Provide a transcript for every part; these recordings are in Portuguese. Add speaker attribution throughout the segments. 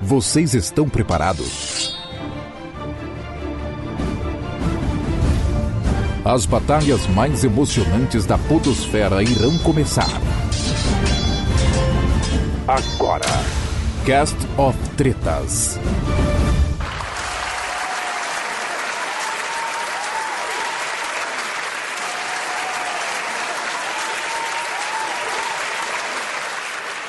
Speaker 1: Vocês estão preparados? As batalhas mais emocionantes da Podosfera irão começar.
Speaker 2: Agora,
Speaker 1: Cast of Tretas.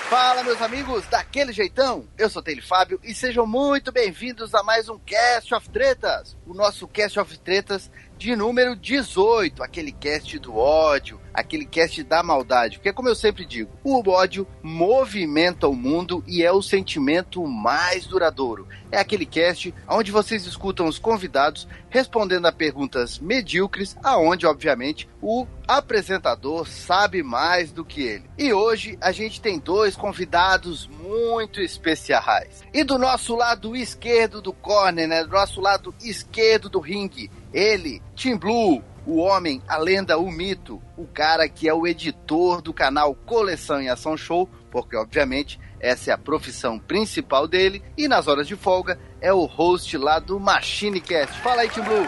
Speaker 3: Fala, meus amigos, daquele jeitão? Eu sou Tele Fábio e sejam muito bem-vindos a mais um Cast of Tretas, o nosso Cast of Tretas de número 18, aquele cast do ódio, aquele cast da maldade, porque como eu sempre digo, o ódio movimenta o mundo e é o sentimento mais duradouro. É aquele cast onde vocês escutam os convidados respondendo a perguntas medíocres, aonde obviamente o apresentador sabe mais do que ele. E hoje a gente tem dois convidados muito especiais. E do nosso lado esquerdo do corner, né? Do nosso lado esquerdo do ringue, ele, Tim Blue, o homem, a lenda, o mito, o cara que é o editor do canal Coleção em Ação Show, porque obviamente essa é a profissão principal dele, e nas horas de folga é o host lá do MachineCast. Fala aí, Tim Blue!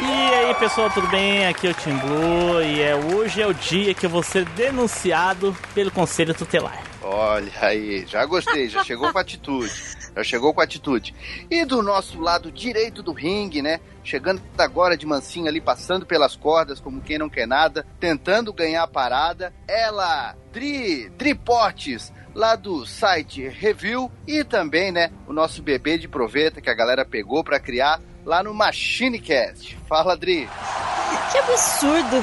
Speaker 4: E aí pessoal, tudo bem? Aqui é o Tim Blue e é, hoje é o dia que eu vou ser denunciado pelo Conselho Tutelar.
Speaker 3: Olha aí, já gostei, já chegou com atitude. Já chegou com atitude. E do nosso lado direito do ringue, né? Chegando agora de mansinho ali, passando pelas cordas, como quem não quer nada, tentando ganhar a parada. Ela, Dri, Dri Portes, lá do site Review e também, né, o nosso bebê de proveta que a galera pegou pra criar lá no MachineCast. Fala, Dri.
Speaker 5: Que absurdo!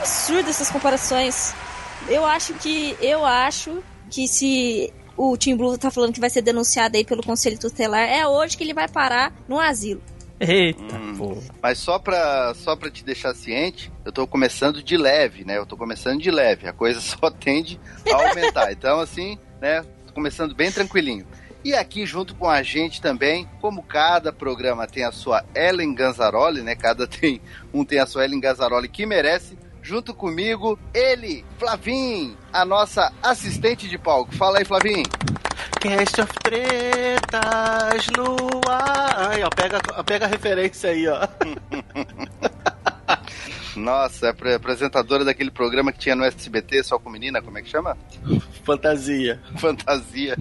Speaker 5: Absurdo essas comparações. Eu acho que. Eu acho que se o Tim Blue tá falando que vai ser denunciado aí pelo Conselho Tutelar, é hoje que ele vai parar no asilo.
Speaker 4: Eita, pô.
Speaker 3: Mas só pra, só pra te deixar ciente, eu tô começando de leve, né? Eu tô começando de leve. A coisa só tende a aumentar. Então, assim, né? Tô começando bem tranquilinho. E aqui junto com a gente também, como cada programa tem a sua Ellen Ganzaroli, né? Cada tem um tem a sua Ellen Ganzaroli que merece. Junto comigo, ele, Flavim, a nossa assistente de palco. Fala aí, Flavim.
Speaker 6: Cast of Tretas no ar. Aí, ó, pega, pega a referência aí, ó.
Speaker 3: Nossa, é a apresentadora daquele programa que tinha no SBT, só com menina, como é que chama?
Speaker 6: Fantasia.
Speaker 3: Fantasia.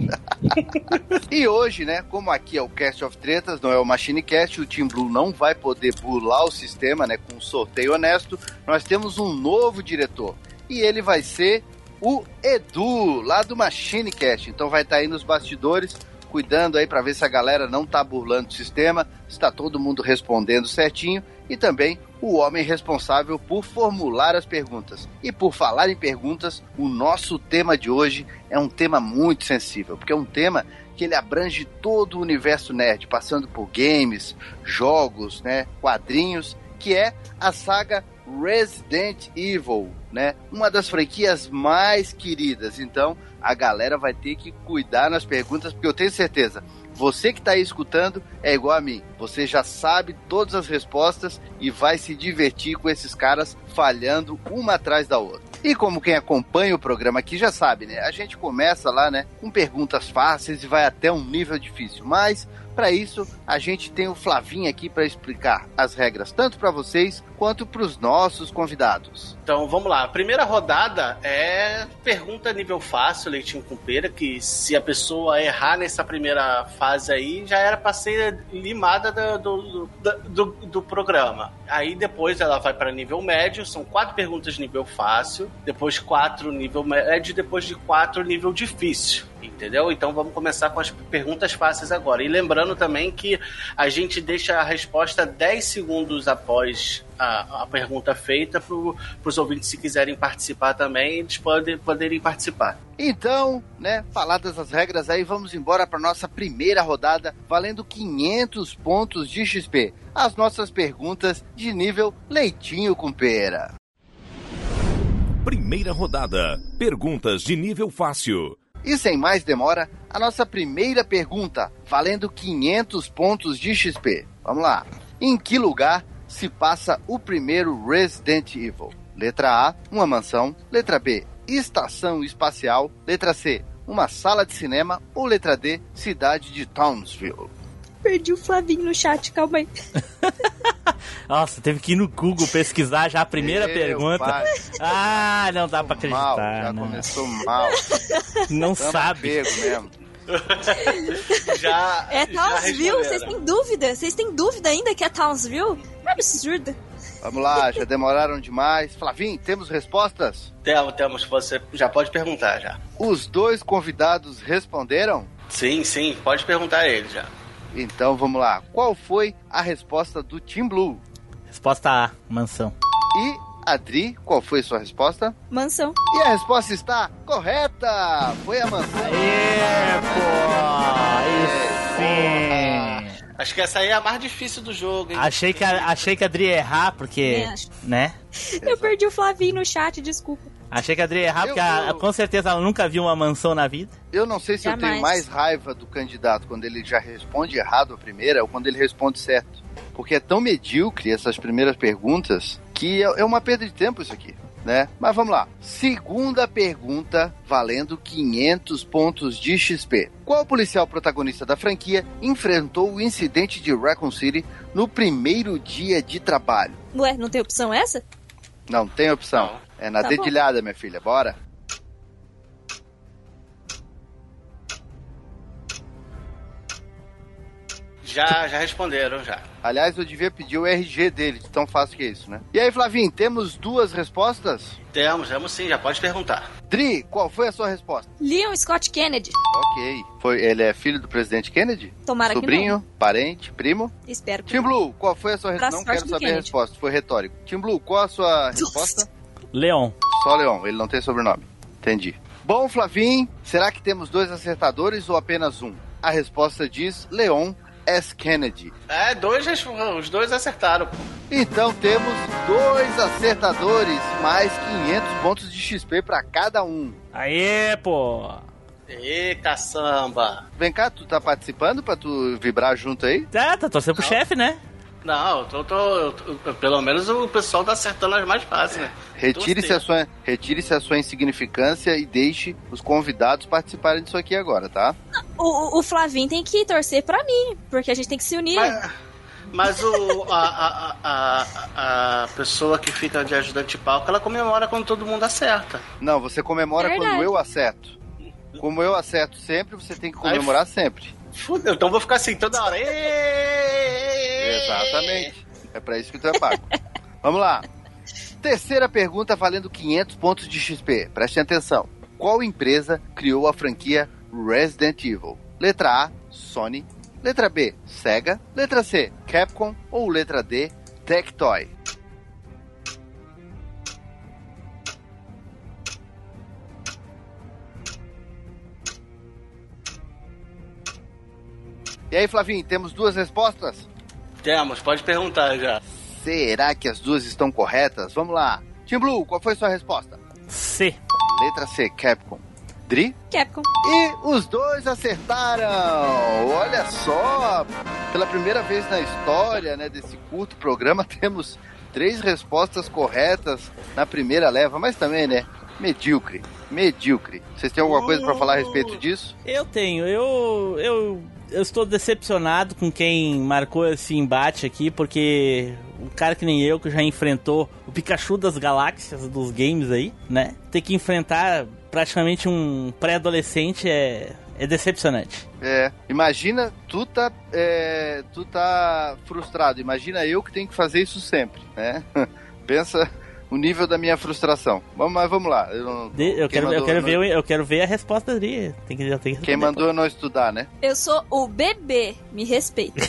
Speaker 3: e hoje, né, como aqui é o Cast of Tretas, não é o Machine Cast, o Team Blue não vai poder burlar o sistema, né, com um sorteio honesto, nós temos um novo diretor. E ele vai ser o Edu, lá do Machine Cast. Então vai estar aí nos bastidores, cuidando aí para ver se a galera não tá burlando o sistema, se tá todo mundo respondendo certinho e também o homem responsável por formular as perguntas. E por falar em perguntas, o nosso tema de hoje é um tema muito sensível, porque é um tema que ele abrange todo o universo nerd, passando por games, jogos, né, quadrinhos, que é a saga Resident Evil, né? Uma das franquias mais queridas. Então, a galera vai ter que cuidar nas perguntas, porque eu tenho certeza, você que está aí escutando é igual a mim. Você já sabe todas as respostas e vai se divertir com esses caras falhando uma atrás da outra. E como quem acompanha o programa aqui já sabe, né? A gente começa lá, né, com perguntas fáceis e vai até um nível difícil, mas para isso, a gente tem o Flavinho aqui para explicar as regras tanto para vocês quanto para os nossos convidados.
Speaker 6: Então vamos lá. A primeira rodada é pergunta nível fácil, leitinho com pera, que se a pessoa errar nessa primeira fase aí, já era pra ser limada da- do, do, do, do programa. Aí depois ela vai para nível médio, são quatro perguntas nível fácil, depois quatro nível médio, depois de quatro nível difícil. Entendeu? Então vamos começar com as perguntas fáceis agora. E lembrando também que a gente deixa a resposta 10 segundos após a, a pergunta feita para os ouvintes, se quiserem participar também, eles podem, poderem participar.
Speaker 3: Então, né, faladas as regras aí, vamos embora para nossa primeira rodada, valendo 500 pontos de XP. As nossas perguntas de nível leitinho com pera.
Speaker 1: Primeira rodada. Perguntas de nível fácil.
Speaker 3: E sem mais demora, a nossa primeira pergunta, valendo 500 pontos de XP. Vamos lá. Em que lugar se passa o primeiro Resident Evil? Letra A, uma mansão. Letra B, estação espacial. Letra C, uma sala de cinema, ou letra D, cidade de Townsville?
Speaker 5: Perdi o Flavinho no chat, calma aí.
Speaker 4: Nossa, teve que ir no Google pesquisar já a primeira
Speaker 3: Meu
Speaker 4: pergunta.
Speaker 3: pai,
Speaker 4: Ah, não dá pra acreditar.
Speaker 3: mal, já
Speaker 4: não
Speaker 3: começou mal.
Speaker 4: não
Speaker 3: Tamo
Speaker 4: sabe.
Speaker 3: pego mesmo.
Speaker 6: Já.
Speaker 5: É
Speaker 6: já
Speaker 5: Townsville?
Speaker 6: responderam.
Speaker 5: Vocês têm dúvida? Vocês têm dúvida ainda que é Townsville? Absurdo.
Speaker 3: Vamos lá, já demoraram demais. Flavinho, temos respostas?
Speaker 6: Temos, temos. Você já pode perguntar já.
Speaker 3: Os dois convidados responderam?
Speaker 6: Sim, sim, pode perguntar a ele já.
Speaker 3: Então vamos lá. Qual foi a resposta do Team Blue?
Speaker 4: Resposta A, mansão.
Speaker 3: E Adri, qual foi sua resposta?
Speaker 5: Mansão.
Speaker 3: E a resposta está correta! Foi a mansão.
Speaker 4: É, pô! Aí sim!
Speaker 6: Acho que essa aí é a mais difícil do jogo, hein?
Speaker 4: Achei que, a, achei que a Adri ia errar, porque.
Speaker 5: Também É, acho.
Speaker 4: Né?
Speaker 5: Eu perdi o Flavinho no chat, desculpa.
Speaker 4: Achei que a Adri ia errar,
Speaker 3: Eu
Speaker 4: porque a-
Speaker 3: vou-
Speaker 4: com certeza ela nunca viu uma mansão na vida.
Speaker 3: Eu não sei se eu tenho
Speaker 5: Jamais.
Speaker 3: mais raiva do candidato quando ele já responde errado a primeira ou quando ele responde certo. Porque é tão medíocre essas primeiras perguntas que é é uma perda de tempo isso aqui, né? Mas vamos lá. Segunda pergunta, valendo 500 pontos de XP. Qual policial protagonista da franquia enfrentou o incidente de Raccoon City no primeiro dia de trabalho?
Speaker 5: Ué, não tem opção essa?
Speaker 3: Não tem opção. É na
Speaker 5: Tá bom.
Speaker 3: dedilhada, minha filha. Bora.
Speaker 6: Já, já responderam, já.
Speaker 3: Aliás, eu devia pedir o RG dele, de tão fácil que é isso, né? E aí, Flavinho, temos duas respostas?
Speaker 6: Temos, temos sim, já pode perguntar.
Speaker 3: Dri, qual foi a sua resposta?
Speaker 5: Leon Scott Kennedy.
Speaker 3: Ok. Foi, ele é filho do presidente Kennedy?
Speaker 5: Tomara
Speaker 3: Sobrinho, parente, primo.
Speaker 5: que não. Espero que
Speaker 3: Tim Blue, qual foi a sua
Speaker 5: Pra
Speaker 3: resposta? Não
Speaker 5: sorte
Speaker 3: quero
Speaker 5: do
Speaker 3: saber a
Speaker 5: Kennedy.
Speaker 3: resposta, foi retórico. Tim Blue, qual a sua resposta?
Speaker 4: Leon.
Speaker 3: Só Leon, ele não tem sobrenome. Entendi. Bom, Flavinho, será que temos dois acertadores ou apenas um? A resposta diz Leon S. Kennedy.
Speaker 6: É, dois, res- os dois acertaram. pô.
Speaker 3: Então temos dois acertadores, mais 500 pontos de XP para cada um.
Speaker 4: Aê, pô!
Speaker 6: Ê, caçamba.
Speaker 3: Vem cá, tu tá participando pra tu vibrar junto aí?
Speaker 4: Tá, tá torcendo pro chefe, né?
Speaker 6: Não, eu tô, tô- eu tô- eu- pelo menos o pessoal tá acertando as mais fáceis, né?
Speaker 3: Retire-se a, sua, retire-se a sua insignificância e deixe os convidados participarem disso aqui agora, tá?
Speaker 5: O, o- o Flavinho tem que torcer pra mim, porque a gente tem que se unir.
Speaker 6: Mas, mas o, a, a, a, a- a pessoa que fica de ajudante de palco, ela comemora quando todo mundo acerta.
Speaker 3: Não, você comemora
Speaker 5: Verdade.
Speaker 3: quando eu acerto. Como eu acerto sempre, você tem que comemorar sempre.
Speaker 6: Fudeu, então vou ficar assim toda hora. Ê, ê, ê, ê.
Speaker 3: Exatamente. É pra isso que tu é pago. Vamos lá. Terceira pergunta valendo 500 pontos de XP. Prestem atenção. Qual empresa criou a franquia Resident Evil? Letra A, Sony. Letra B, Sega. Letra C, Capcom. Ou letra D, Tectoy? E aí, Flavinho, temos duas respostas?
Speaker 6: Temos, pode perguntar já.
Speaker 3: Será que as duas estão corretas? Vamos lá. Team Blue, qual foi sua resposta?
Speaker 4: C.
Speaker 3: Letra C, Capcom. Dri?
Speaker 5: Capcom.
Speaker 3: E os dois acertaram! Olha só! Pela primeira vez na história né, desse curto programa, temos três respostas corretas na primeira leva, mas também, né? Medíocre. Medíocre. Vocês têm alguma coisa pra falar a respeito disso?
Speaker 4: Eu tenho, eu, eu, eu estou decepcionado com quem marcou esse embate aqui, porque um cara que nem eu, que já enfrentou o Pikachu das galáxias dos games aí, né? Ter que enfrentar praticamente um pré-adolescente é, é decepcionante.
Speaker 3: É, imagina, tu tá, é, tu tá frustrado. Imagina eu que tenho que fazer isso sempre, né? Pensa o nível da minha frustração. Vamos, mas vamos lá. Eu, não-
Speaker 4: De-
Speaker 3: quem
Speaker 4: eu, quero, eu,
Speaker 3: mandou
Speaker 4: quero
Speaker 3: não-
Speaker 4: ver, o- eu quero ver a resposta ali. Tem que, eu tenho que
Speaker 3: Quem
Speaker 4: responder,
Speaker 3: mandou eu não estudar, né?
Speaker 5: Eu sou o bebê, me respeita.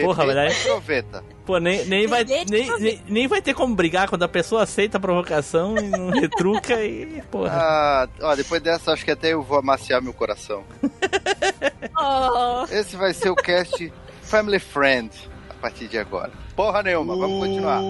Speaker 4: Porra,
Speaker 3: Bebê
Speaker 4: velho.
Speaker 3: e proveta.
Speaker 4: Pô, Pô, nem, nem, vai,
Speaker 5: Bebê de
Speaker 4: nem,
Speaker 5: proveito.
Speaker 4: nem, nem vai ter como brigar quando a pessoa aceita a provocação e não retruca e. Porra.
Speaker 3: Ah, ó, depois dessa, acho que até eu vou amaciar meu coração.
Speaker 5: Oh,
Speaker 3: Esse vai ser o cast Family Friend a partir de agora. Porra nenhuma, vamos continuar.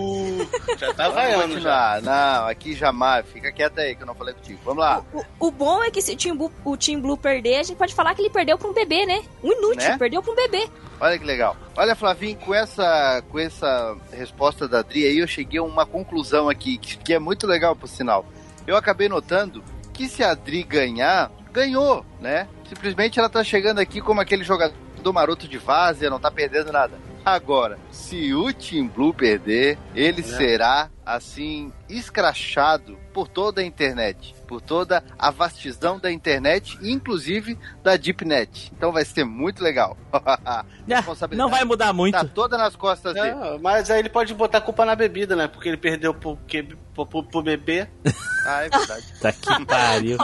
Speaker 6: Já tá
Speaker 3: Vamos
Speaker 6: vaiando já.
Speaker 3: continuar. Não, aqui jamais. Fica quieto aí que eu não falei contigo. Vamos lá.
Speaker 5: o, o bom é que se o Team, Blue, o Team Blue perder, a gente pode falar que ele perdeu pra um bebê, né? Um inútil,
Speaker 3: Né?
Speaker 5: perdeu pra um bebê.
Speaker 3: Olha que legal. Olha, Flavinho, com essa, com essa resposta da Adri aí, eu cheguei a uma conclusão aqui, que, que é muito legal, por sinal. eu acabei notando que se a Dri ganhar, ganhou, né? Simplesmente ela tá chegando aqui como aquele jogador maroto de várzea, não tá perdendo nada. Agora, se o Team Blue perder, ele
Speaker 6: É.
Speaker 3: será, assim, escrachado por toda a internet. Por toda a vastidão da internet, inclusive da DeepNet. Então vai ser muito legal.
Speaker 4: É, não vai mudar muito.
Speaker 3: Tá toda nas costas dele.
Speaker 6: Não, mas aí ele pode botar a culpa na bebida, né? Porque ele perdeu pro, que, pro, pro, pro bebê.
Speaker 3: Ah, é verdade.
Speaker 4: Tá que pariu.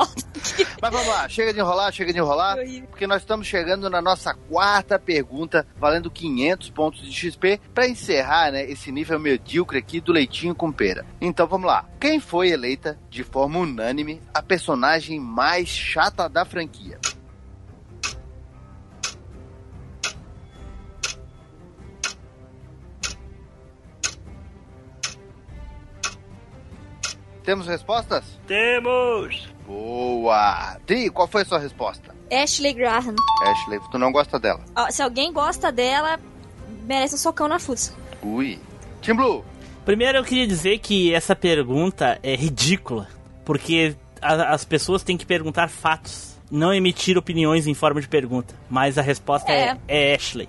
Speaker 3: Mas vamos lá, chega de enrolar, chega de enrolar. porque nós estamos chegando na nossa quarta pergunta, valendo 500 pontos de XP, para encerrar né, esse nível medíocre aqui do leitinho com pera. Então vamos lá. Quem foi eleita, de forma unânime, a personagem mais chata da franquia? Temos respostas?
Speaker 2: Temos!
Speaker 3: Boa! Tri, qual foi a sua resposta?
Speaker 5: Ashley Graham.
Speaker 3: Ashley, tu não gosta dela.
Speaker 5: Ó, Se alguém gosta dela, merece um socão na fuça.
Speaker 3: Ui. Tim Blue,
Speaker 4: Primeiro eu queria dizer que essa pergunta é ridícula, porque a- as pessoas têm que perguntar fatos, não emitir opiniões em forma de pergunta. Mas a resposta é, é Ashley.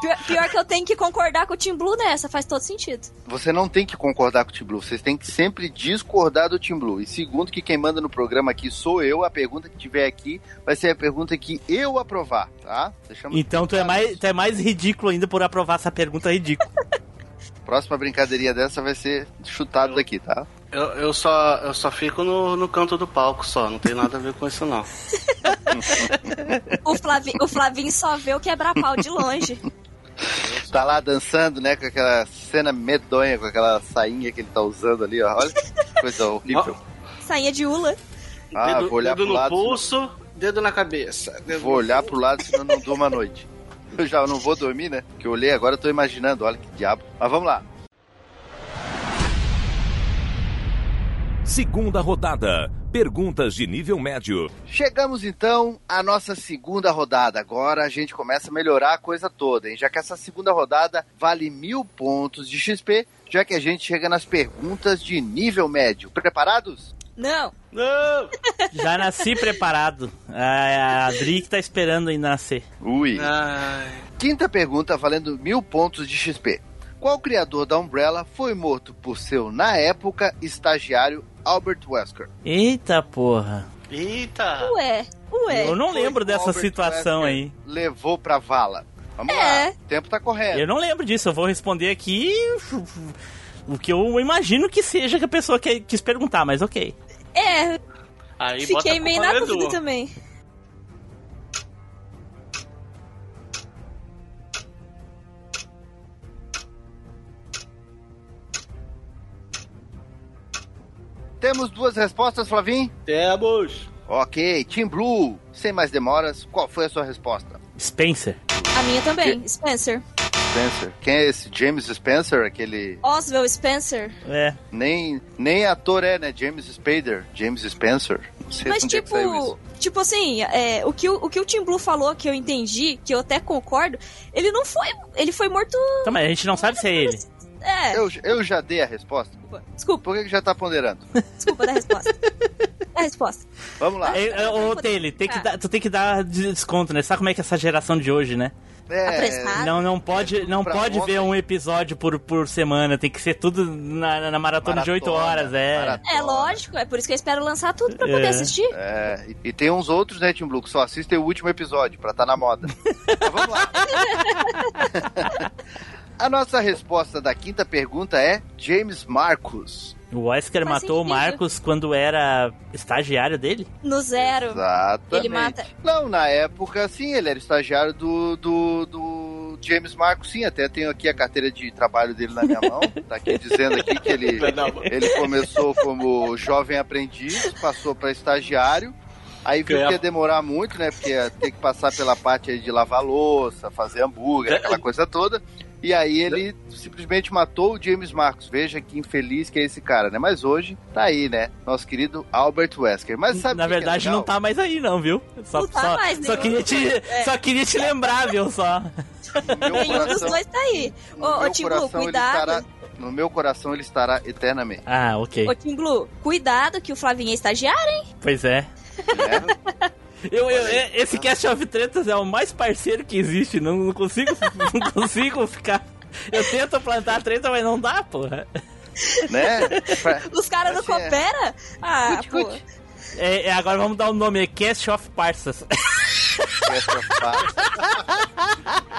Speaker 5: Pior, pior que eu tenho que concordar com o Team Blue nessa, faz todo sentido.
Speaker 3: você não tem que concordar com o Tim Blue, vocês têm que sempre discordar do Tim Blue. E segundo, que quem manda no programa aqui sou eu, a pergunta que tiver aqui vai ser a pergunta que eu aprovar, tá? Deixamos
Speaker 4: Então tu é,
Speaker 3: claro
Speaker 4: mais,
Speaker 3: isso.
Speaker 4: tu é mais ridículo ainda por aprovar essa pergunta ridícula.
Speaker 3: Próxima brincadeirinha dessa vai ser chutado daqui, tá?
Speaker 6: Eu, eu, só, eu só fico no, no canto do palco só, não tem nada a ver com isso não.
Speaker 5: O, Flavi, o Flavinho só vê o quebra-pau de longe.
Speaker 3: Tá lá dançando, né, com aquela cena medonha, com aquela sainha que ele tá usando ali, ó. Olha que coisa horrível.
Speaker 5: Sainha de Ula.
Speaker 3: Ah,
Speaker 6: dedo
Speaker 3: vou olhar
Speaker 6: dedo
Speaker 3: pro
Speaker 6: no
Speaker 3: lado. senão-
Speaker 6: pulso, dedo na cabeça. Dedo
Speaker 3: Vou
Speaker 6: no
Speaker 3: olhar
Speaker 6: pulso.
Speaker 3: pro lado senão não durmo a noite. Eu já não vou dormir, né? Porque eu olhei agora, eu tô imaginando, olha que diabo. Mas vamos lá.
Speaker 7: Segunda rodada. Perguntas de nível médio.
Speaker 3: Chegamos então à nossa segunda rodada. Agora a gente começa a melhorar a coisa toda, hein? Já que essa segunda rodada vale mil pontos de XP, já que a gente chega nas perguntas de nível médio. Preparados?
Speaker 5: Não.
Speaker 6: Não!
Speaker 4: Já nasci preparado. A, a Adri que tá esperando ainda nascer.
Speaker 3: Ui.
Speaker 6: É. Ai,
Speaker 3: Quinta pergunta valendo mil pontos de XP. Qual criador da Umbrella foi morto por seu, na época, estagiário Albert Wesker?
Speaker 4: Eita porra.
Speaker 6: eita!
Speaker 5: Ué, ué.
Speaker 4: Eu não
Speaker 3: Foi
Speaker 4: lembro dessa
Speaker 3: Albert
Speaker 4: situação
Speaker 3: Wesker
Speaker 4: aí.
Speaker 3: Levou pra vala. Vamos
Speaker 5: É.
Speaker 3: lá, o tempo tá correto.
Speaker 4: Eu não lembro disso. Eu vou responder aqui o que eu imagino que seja que a pessoa que- quis perguntar, mas ok.
Speaker 5: É,
Speaker 6: Aí bota a
Speaker 5: fiquei
Speaker 6: culpa
Speaker 5: meio na
Speaker 6: no Edu.
Speaker 5: dúvida também.
Speaker 3: Temos duas respostas, Flavinho?
Speaker 6: Temos!
Speaker 3: Ok, Team Blue, sem mais demoras, qual foi a sua resposta?
Speaker 4: Spencer.
Speaker 5: A minha também, Spencer.
Speaker 3: Spencer. Quem é esse James Spencer? Aquele.
Speaker 5: Oswald Spencer.
Speaker 4: É.
Speaker 3: Nem, nem ator é, né? James Spader. James Spencer. Não sei
Speaker 5: Mas
Speaker 3: de onde é que
Speaker 5: tipo,
Speaker 3: saiu isso.
Speaker 5: tipo assim, é, o, que o, o que o Tim Blue falou, que eu entendi, que eu até concordo, ele não foi. Ele foi morto.
Speaker 4: Então, mas a gente não sabe se é ele.
Speaker 5: É,
Speaker 3: Eu, eu já dei a resposta.
Speaker 5: desculpa,
Speaker 3: Por que, que já tá ponderando?
Speaker 5: desculpa da resposta. da resposta.
Speaker 3: Vamos lá.
Speaker 4: É, é, Ô, Tele, tem que dar- tu tem que dar de- desconto, né? Sabe como é que é essa geração de hoje, né?
Speaker 3: É,
Speaker 5: apressado. Ah.
Speaker 4: Não, não pode, não
Speaker 3: Pra
Speaker 4: pode ver
Speaker 3: ontem.
Speaker 4: um episódio por, por semana. Tem que ser tudo na, na- na maratona, de 8 horas, é.
Speaker 3: maratona.
Speaker 5: É lógico, é por isso que eu espero lançar tudo pra poder
Speaker 4: É.
Speaker 5: assistir.
Speaker 3: É, e, e tem uns outros, né, Team Blue, que só assistem o último episódio pra tá na moda. Mas vamos lá. a nossa resposta da quinta pergunta é James Marcos.
Speaker 4: O Wesker
Speaker 5: Faz
Speaker 4: matou o
Speaker 5: sentido.
Speaker 4: Marcos quando era estagiário dele?
Speaker 5: No zero.
Speaker 3: Exatamente.
Speaker 5: Ele mata.
Speaker 3: Não, na época, sim, ele era estagiário do, do, do James Marcos, sim. Até tenho aqui a carteira de trabalho dele na minha mão. Tá aqui dizendo aqui que ele, ele começou como jovem aprendiz, passou pra estagiário. Aí viu que ia demorar muito, né? Porque ia ter que passar pela parte aí de lavar louça, fazer
Speaker 4: É.
Speaker 3: hambúrguer, aquela coisa toda. E aí ele simplesmente matou o James Marcos. Veja que infeliz que é esse cara, né? Mas hoje tá aí, né? Nosso querido Albert Wesker. Mas sabe
Speaker 4: Na
Speaker 3: o que que é
Speaker 4: verdade, não
Speaker 3: legal?
Speaker 4: tá mais aí, não, viu? Só,
Speaker 5: Não tá
Speaker 4: só,
Speaker 5: mais, né?
Speaker 4: só queria te,
Speaker 5: É.
Speaker 4: só queria te lembrar, viu? Só.
Speaker 3: No meu
Speaker 5: Nenhum dos
Speaker 3: coração-
Speaker 5: dois tá aí.
Speaker 3: no
Speaker 5: Ô, ô
Speaker 3: meu
Speaker 5: Tim Blue,
Speaker 3: coração, ele
Speaker 5: cuidado.
Speaker 3: estará- No meu coração ele estará eternamente.
Speaker 4: Ah, ok.
Speaker 5: Ô, Tim Blue, cuidado que o Flavinho é estagiário, hein?
Speaker 4: Pois é.
Speaker 3: né?
Speaker 4: Eu, eu- é- esse Cast of Tretas é o mais parceiro que existe. Não, não consigo, não consigo ficar. Eu tento plantar treta, mas não dá, porra.
Speaker 3: né? Pra-
Speaker 5: Os caras não
Speaker 3: Assim é.
Speaker 5: cooperam? Ah,
Speaker 3: Cuti,
Speaker 5: pô.
Speaker 3: cuti.
Speaker 4: É, é, agora vamos dar o nome, é Cast of Parsas.
Speaker 3: Cast of Parts.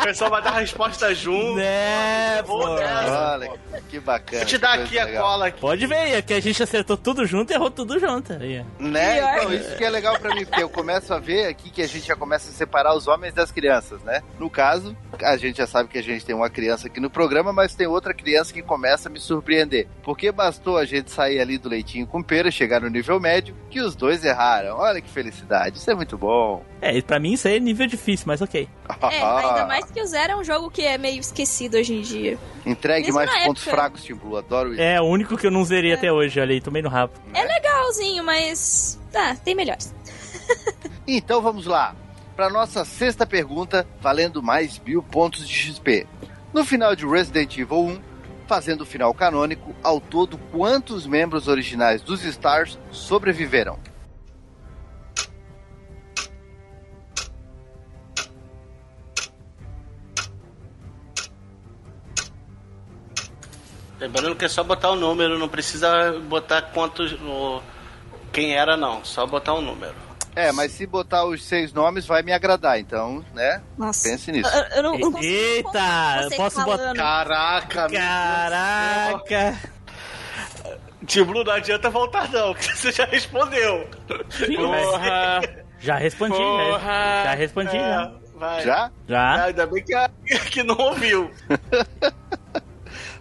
Speaker 6: O pessoal vai dar a resposta junto.
Speaker 4: né,
Speaker 6: vou
Speaker 4: porra.
Speaker 6: dessa.
Speaker 3: Olha, que bacana.
Speaker 6: Vou te
Speaker 3: que
Speaker 6: dar
Speaker 3: coisa
Speaker 6: aqui a
Speaker 3: legal.
Speaker 6: cola aqui.
Speaker 4: Pode ver, é que a gente acertou tudo junto e errou tudo junto. aí.
Speaker 3: Né?
Speaker 5: Pior.
Speaker 3: Então, isso que é legal pra mim, porque eu começo a ver aqui que a gente já começa a separar os homens das crianças, né? No caso, a gente já sabe que a gente tem uma criança aqui no programa, mas tem outra criança que começa a me surpreender. Porque bastou a gente sair ali do leitinho com pera, chegar no nível médio, que os dois erraram. Olha que felicidade, isso é muito bom.
Speaker 4: É, pra mim isso aí é nível difícil, mas ok.
Speaker 5: É,
Speaker 4: Ah.
Speaker 5: ainda mais que o Zero é um jogo que é meio esquecido hoje em dia.
Speaker 3: Entregue
Speaker 5: Mesmo
Speaker 3: mais
Speaker 5: na
Speaker 3: pontos
Speaker 5: época.
Speaker 3: fracos, Tim Blue, adoro isso.
Speaker 4: É o único que eu não zerei até hoje, olha aí, tomei no rabo.
Speaker 5: Legalzinho, mas. Tá, tem melhores.
Speaker 3: Então vamos lá. Para nossa sexta pergunta, valendo mais mil pontos de XP. No final de Resident Evil 1, fazendo o final canônico, ao todo quantos membros originais dos Stars sobreviveram?
Speaker 6: Lembrando que é só botar o número, não precisa botar quantos. o- quem era, não. Só botar o número.
Speaker 3: É, mas se botar os seis nomes vai me agradar, então, né?
Speaker 5: Nossa.
Speaker 3: Pense nisso.
Speaker 5: Eu, eu não, eu não consigo
Speaker 4: Eita,
Speaker 5: acompanhar você
Speaker 4: posso
Speaker 5: falando.
Speaker 6: Caraca,
Speaker 4: Caraca!
Speaker 6: Tio Blue, não adianta voltar, não, que você já respondeu.
Speaker 4: Sim,
Speaker 6: Porra!
Speaker 4: Já respondi, já,
Speaker 6: Porra!
Speaker 4: já respondi, né? já.
Speaker 6: É, vai.
Speaker 3: Já?
Speaker 4: Já?
Speaker 6: Ah, ainda bem que, a- que não ouviu.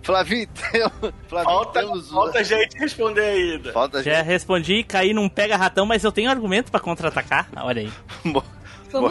Speaker 3: Flavinho, tem... Flavinho
Speaker 6: Falta,
Speaker 3: temos uma-
Speaker 6: falta gente responder ainda.
Speaker 3: Falta
Speaker 4: Já
Speaker 3: gente.
Speaker 4: respondi e caí num pega-ratão, mas eu tenho argumento pra contra-atacar. Ah, Olha aí.
Speaker 3: Mo-
Speaker 5: Vamos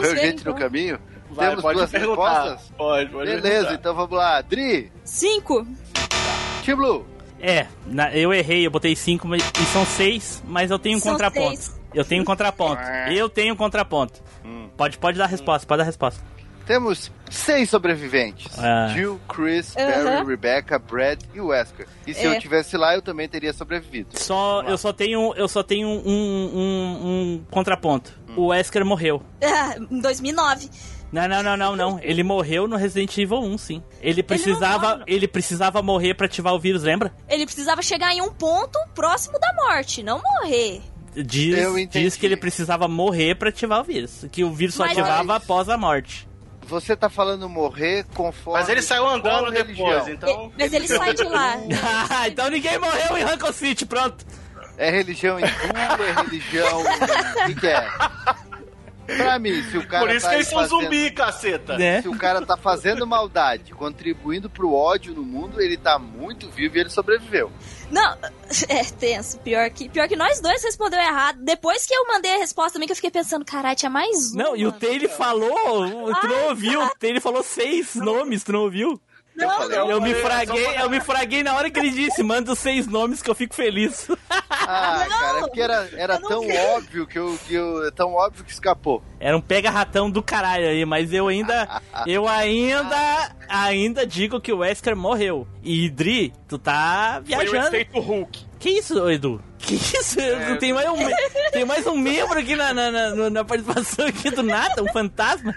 Speaker 3: Morreu
Speaker 5: ver,
Speaker 3: gente no
Speaker 5: então.
Speaker 3: caminho?
Speaker 6: Vai,
Speaker 3: temos
Speaker 6: pode
Speaker 3: duas
Speaker 6: perguntar.
Speaker 3: respostas?
Speaker 6: Pode, pode
Speaker 3: Beleza,
Speaker 6: perguntar.
Speaker 3: então vamos lá. Dri,
Speaker 5: Cinco.
Speaker 3: Tim Blue.
Speaker 4: É, na- eu errei, eu botei cinco, mas, e são seis, mas eu tenho um
Speaker 5: São
Speaker 4: contraponto.
Speaker 5: seis.
Speaker 4: Eu tenho um contraponto.
Speaker 6: É.
Speaker 4: Eu tenho um contraponto.
Speaker 6: Hum.
Speaker 4: Pode, pode dar a resposta, pode dar a resposta.
Speaker 3: Temos seis sobreviventes:
Speaker 4: Ah.
Speaker 3: Jill, Chris,
Speaker 5: Aham.
Speaker 3: Barry, Rebecca, Brad e Wesker. E se
Speaker 5: É.
Speaker 3: eu tivesse lá, eu também teria sobrevivido.
Speaker 4: Só, eu só tenho, eu só tenho um, um- um contraponto.
Speaker 6: Hum.
Speaker 4: O Wesker morreu.
Speaker 5: Ah, em 2009.
Speaker 4: Não, não, não, não, não. Ele morreu no Resident Evil 1, sim. Ele precisava, ele,
Speaker 5: morre.
Speaker 4: precisava morrer pra ativar o vírus, lembra?
Speaker 5: Ele precisava chegar em um ponto próximo da morte, não morrer.
Speaker 4: Diz,
Speaker 3: Eu entendi.
Speaker 4: diz que ele precisava morrer pra ativar o vírus, que o vírus só
Speaker 5: Mas-
Speaker 4: ativava
Speaker 3: Mas-
Speaker 4: após a morte.
Speaker 3: Você tá falando morrer conforme.
Speaker 6: Mas ele saiu andando
Speaker 3: qual
Speaker 6: depois,
Speaker 3: religião?
Speaker 6: então.
Speaker 5: E- Mas ele sai de lá.
Speaker 4: Ah, então ninguém morreu em Rancor City, pronto.
Speaker 3: É religião hindu, é religião. O que, que é? Pra mim, se o cara.
Speaker 6: Por isso
Speaker 3: tá
Speaker 6: que eles são
Speaker 3: fazendo-
Speaker 6: zumbi, caceta.
Speaker 4: Né?
Speaker 3: Se o cara tá fazendo maldade, contribuindo pro ódio no mundo, ele tá muito vivo e ele sobreviveu.
Speaker 5: Não, é tenso. Pior que, pior que nós dois respondeu errado. Depois que eu mandei a resposta também, que eu fiquei pensando, caralho, tinha mais um.
Speaker 4: Não, e o Taylor falou, tu
Speaker 5: Ah!
Speaker 4: não ouviu, o Taylor falou seis nomes, tu não ouviu?
Speaker 3: Eu falei,
Speaker 4: Eu me
Speaker 6: falei,
Speaker 4: fraguei,
Speaker 6: só-
Speaker 4: eu me fraguei na hora que ele disse, manda os seis nomes que eu fico feliz.
Speaker 3: ah, cara, é porque era, era
Speaker 5: eu não
Speaker 3: tão
Speaker 5: vi.
Speaker 3: óbvio que eu, que eu. Tão óbvio que escapou.
Speaker 4: Era um pega-ratão do caralho aí, mas eu ainda. eu ainda. ainda digo que o Wesker morreu. E Idri, tu tá
Speaker 6: Foi o
Speaker 4: viajando.
Speaker 6: efeito Hulk.
Speaker 4: Que isso, Edu? Que isso? Eu- tem, mais um, me- tem mais um membro aqui na, na, na, na participação aqui do nada, um fantasma.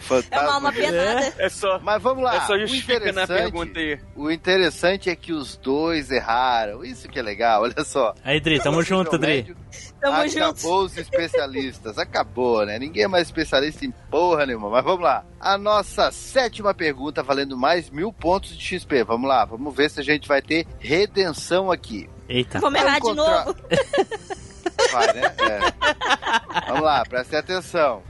Speaker 5: É
Speaker 3: Fantástico.
Speaker 5: uma alma penada.
Speaker 4: É.
Speaker 2: É só.
Speaker 3: Mas vamos lá.
Speaker 2: É só
Speaker 3: Ah, o
Speaker 6: né?
Speaker 2: justifica na
Speaker 3: interessante-
Speaker 2: pergunta aí.
Speaker 3: O interessante é que os dois erraram. Isso que é legal, olha só.
Speaker 4: Aí, Idri, tamo
Speaker 3: No
Speaker 4: junto,
Speaker 3: nível
Speaker 4: Idri.
Speaker 3: médio,
Speaker 5: Tamo
Speaker 3: Acabou
Speaker 5: junto.
Speaker 3: os especialistas. Acabou, né? Ninguém é mais especialista em porra nenhuma. Mas vamos lá. A nossa sétima pergunta, valendo mais mil pontos de XP. Vamos lá, vamos ver se a gente vai ter redenção aqui.
Speaker 4: Eita.
Speaker 5: Vamos errar de
Speaker 3: encontrar-
Speaker 5: novo.
Speaker 3: Vai, né? É. Vamos lá, prestem atenção.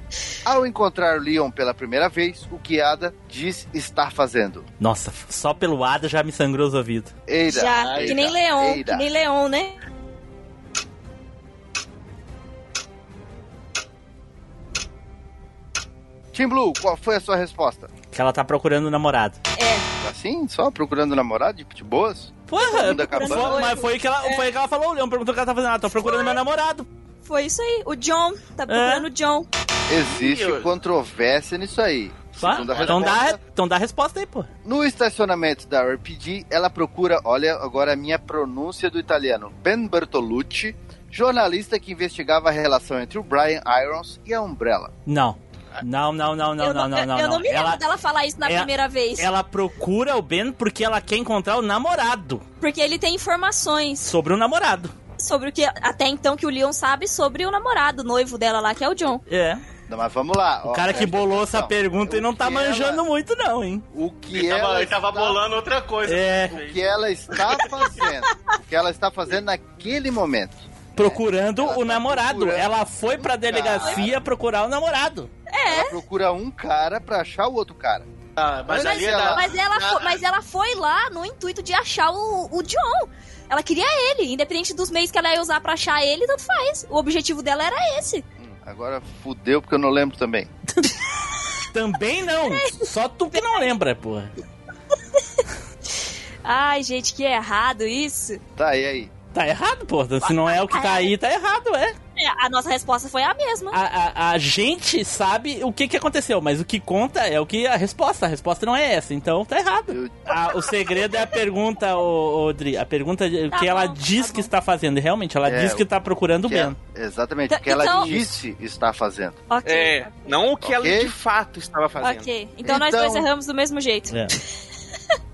Speaker 3: Ao encontrar Leon pela primeira vez, o que Ada diz estar fazendo?
Speaker 4: Nossa, só pelo Ada já me sangrou os ouvidos.
Speaker 3: Eida.
Speaker 5: Já,
Speaker 3: Eida,
Speaker 5: que nem Leon,
Speaker 3: Eida.
Speaker 5: que nem Leon, né?
Speaker 3: Tim Blue, qual foi a sua resposta?
Speaker 4: Que ela tá procurando um namorado.
Speaker 3: Assim, só procurando namorado de, de boas?
Speaker 4: Porra!
Speaker 3: Mundo acabando.
Speaker 4: foi- mas foi o que ela, foi o que ela falou, o Leão perguntou o que ela tá fazendo. Ah, tô procurando meu namorado.
Speaker 5: Foi isso aí. O John, tá procurando o John.
Speaker 3: Existe
Speaker 2: Ih, eu-
Speaker 3: controvérsia nisso aí.
Speaker 4: Claro.
Speaker 3: Segunda
Speaker 4: Então dá,
Speaker 3: resposta.
Speaker 4: então dá a resposta aí, pô.
Speaker 3: No estacionamento da RPG, ela procura, olha agora a minha pronúncia do italiano, Ben Bertolucci, jornalista que investigava a relação entre o Brian Irons e a Umbrella.
Speaker 4: Não. Não, não, não, não,
Speaker 5: eu
Speaker 4: não, não, não.
Speaker 5: Eu não me lembro
Speaker 4: ela,
Speaker 5: dela falar isso na
Speaker 4: ela-
Speaker 5: primeira vez.
Speaker 4: ela procura o Ben porque ela quer encontrar o namorado.
Speaker 5: Porque ele tem informações
Speaker 4: Sobre o namorado.
Speaker 5: sobre o que até então que o Leon sabe sobre o namorado, o noivo dela lá, que é o John.
Speaker 4: É.
Speaker 3: Não, Mas vamos lá.
Speaker 4: O cara que bolou essa pergunta e não tá manjando
Speaker 3: muito.
Speaker 4: muito, não, hein?
Speaker 3: O que
Speaker 6: Ele
Speaker 3: ela
Speaker 6: tava, ele tava
Speaker 3: está-
Speaker 6: bolando outra coisa.
Speaker 4: É.
Speaker 3: O que ela está fazendo. o que ela está fazendo naquele momento.
Speaker 4: Procurando
Speaker 3: Ela
Speaker 4: o
Speaker 3: tá
Speaker 4: namorado.
Speaker 3: procurando
Speaker 4: Ela foi pra
Speaker 3: um
Speaker 4: delegacia procurar o namorado.
Speaker 3: Ela procura um cara pra achar o outro cara.
Speaker 6: Ah, mas
Speaker 3: Mas
Speaker 6: ali
Speaker 3: ela-
Speaker 6: era-
Speaker 5: Mas ela,
Speaker 6: na-
Speaker 5: fo- mas ela foi lá no intuito de achar o, o John. Ela queria ele, independente dos meios que ela ia usar pra achar ele, tanto faz. O objetivo dela era esse.
Speaker 3: Hum, Agora fudeu porque eu não lembro também.
Speaker 4: Também não. Só tu que não lembra, porra.
Speaker 5: Ai, gente, que errado isso.
Speaker 3: Tá, e aí?
Speaker 4: Tá errado, porra. Se não é o que tá aí, tá errado, é.
Speaker 5: É, a nossa resposta foi a mesma.
Speaker 4: A, a- a gente sabe o que, que aconteceu, mas o que conta é o que a resposta. A resposta não é essa, então tá errado.
Speaker 3: Eu-
Speaker 4: Ah, o segredo é a pergunta, ô, ô, Dri. A pergunta de-
Speaker 5: Tá
Speaker 4: que ela
Speaker 5: bom,
Speaker 4: diz
Speaker 5: tá
Speaker 4: que
Speaker 5: bom.
Speaker 4: está fazendo. e Realmente, ela
Speaker 3: É,
Speaker 4: diz que
Speaker 3: o-
Speaker 4: tá procurando o
Speaker 3: que
Speaker 4: Ben.
Speaker 3: ela- exatamente, o que
Speaker 5: Então-
Speaker 3: ela disse está fazendo.
Speaker 5: Ok.
Speaker 2: É, não o que ela
Speaker 3: Ok.
Speaker 2: de fato estava fazendo.
Speaker 5: Ok. Então, nós
Speaker 3: Então-
Speaker 5: dois erramos do mesmo jeito.
Speaker 4: É.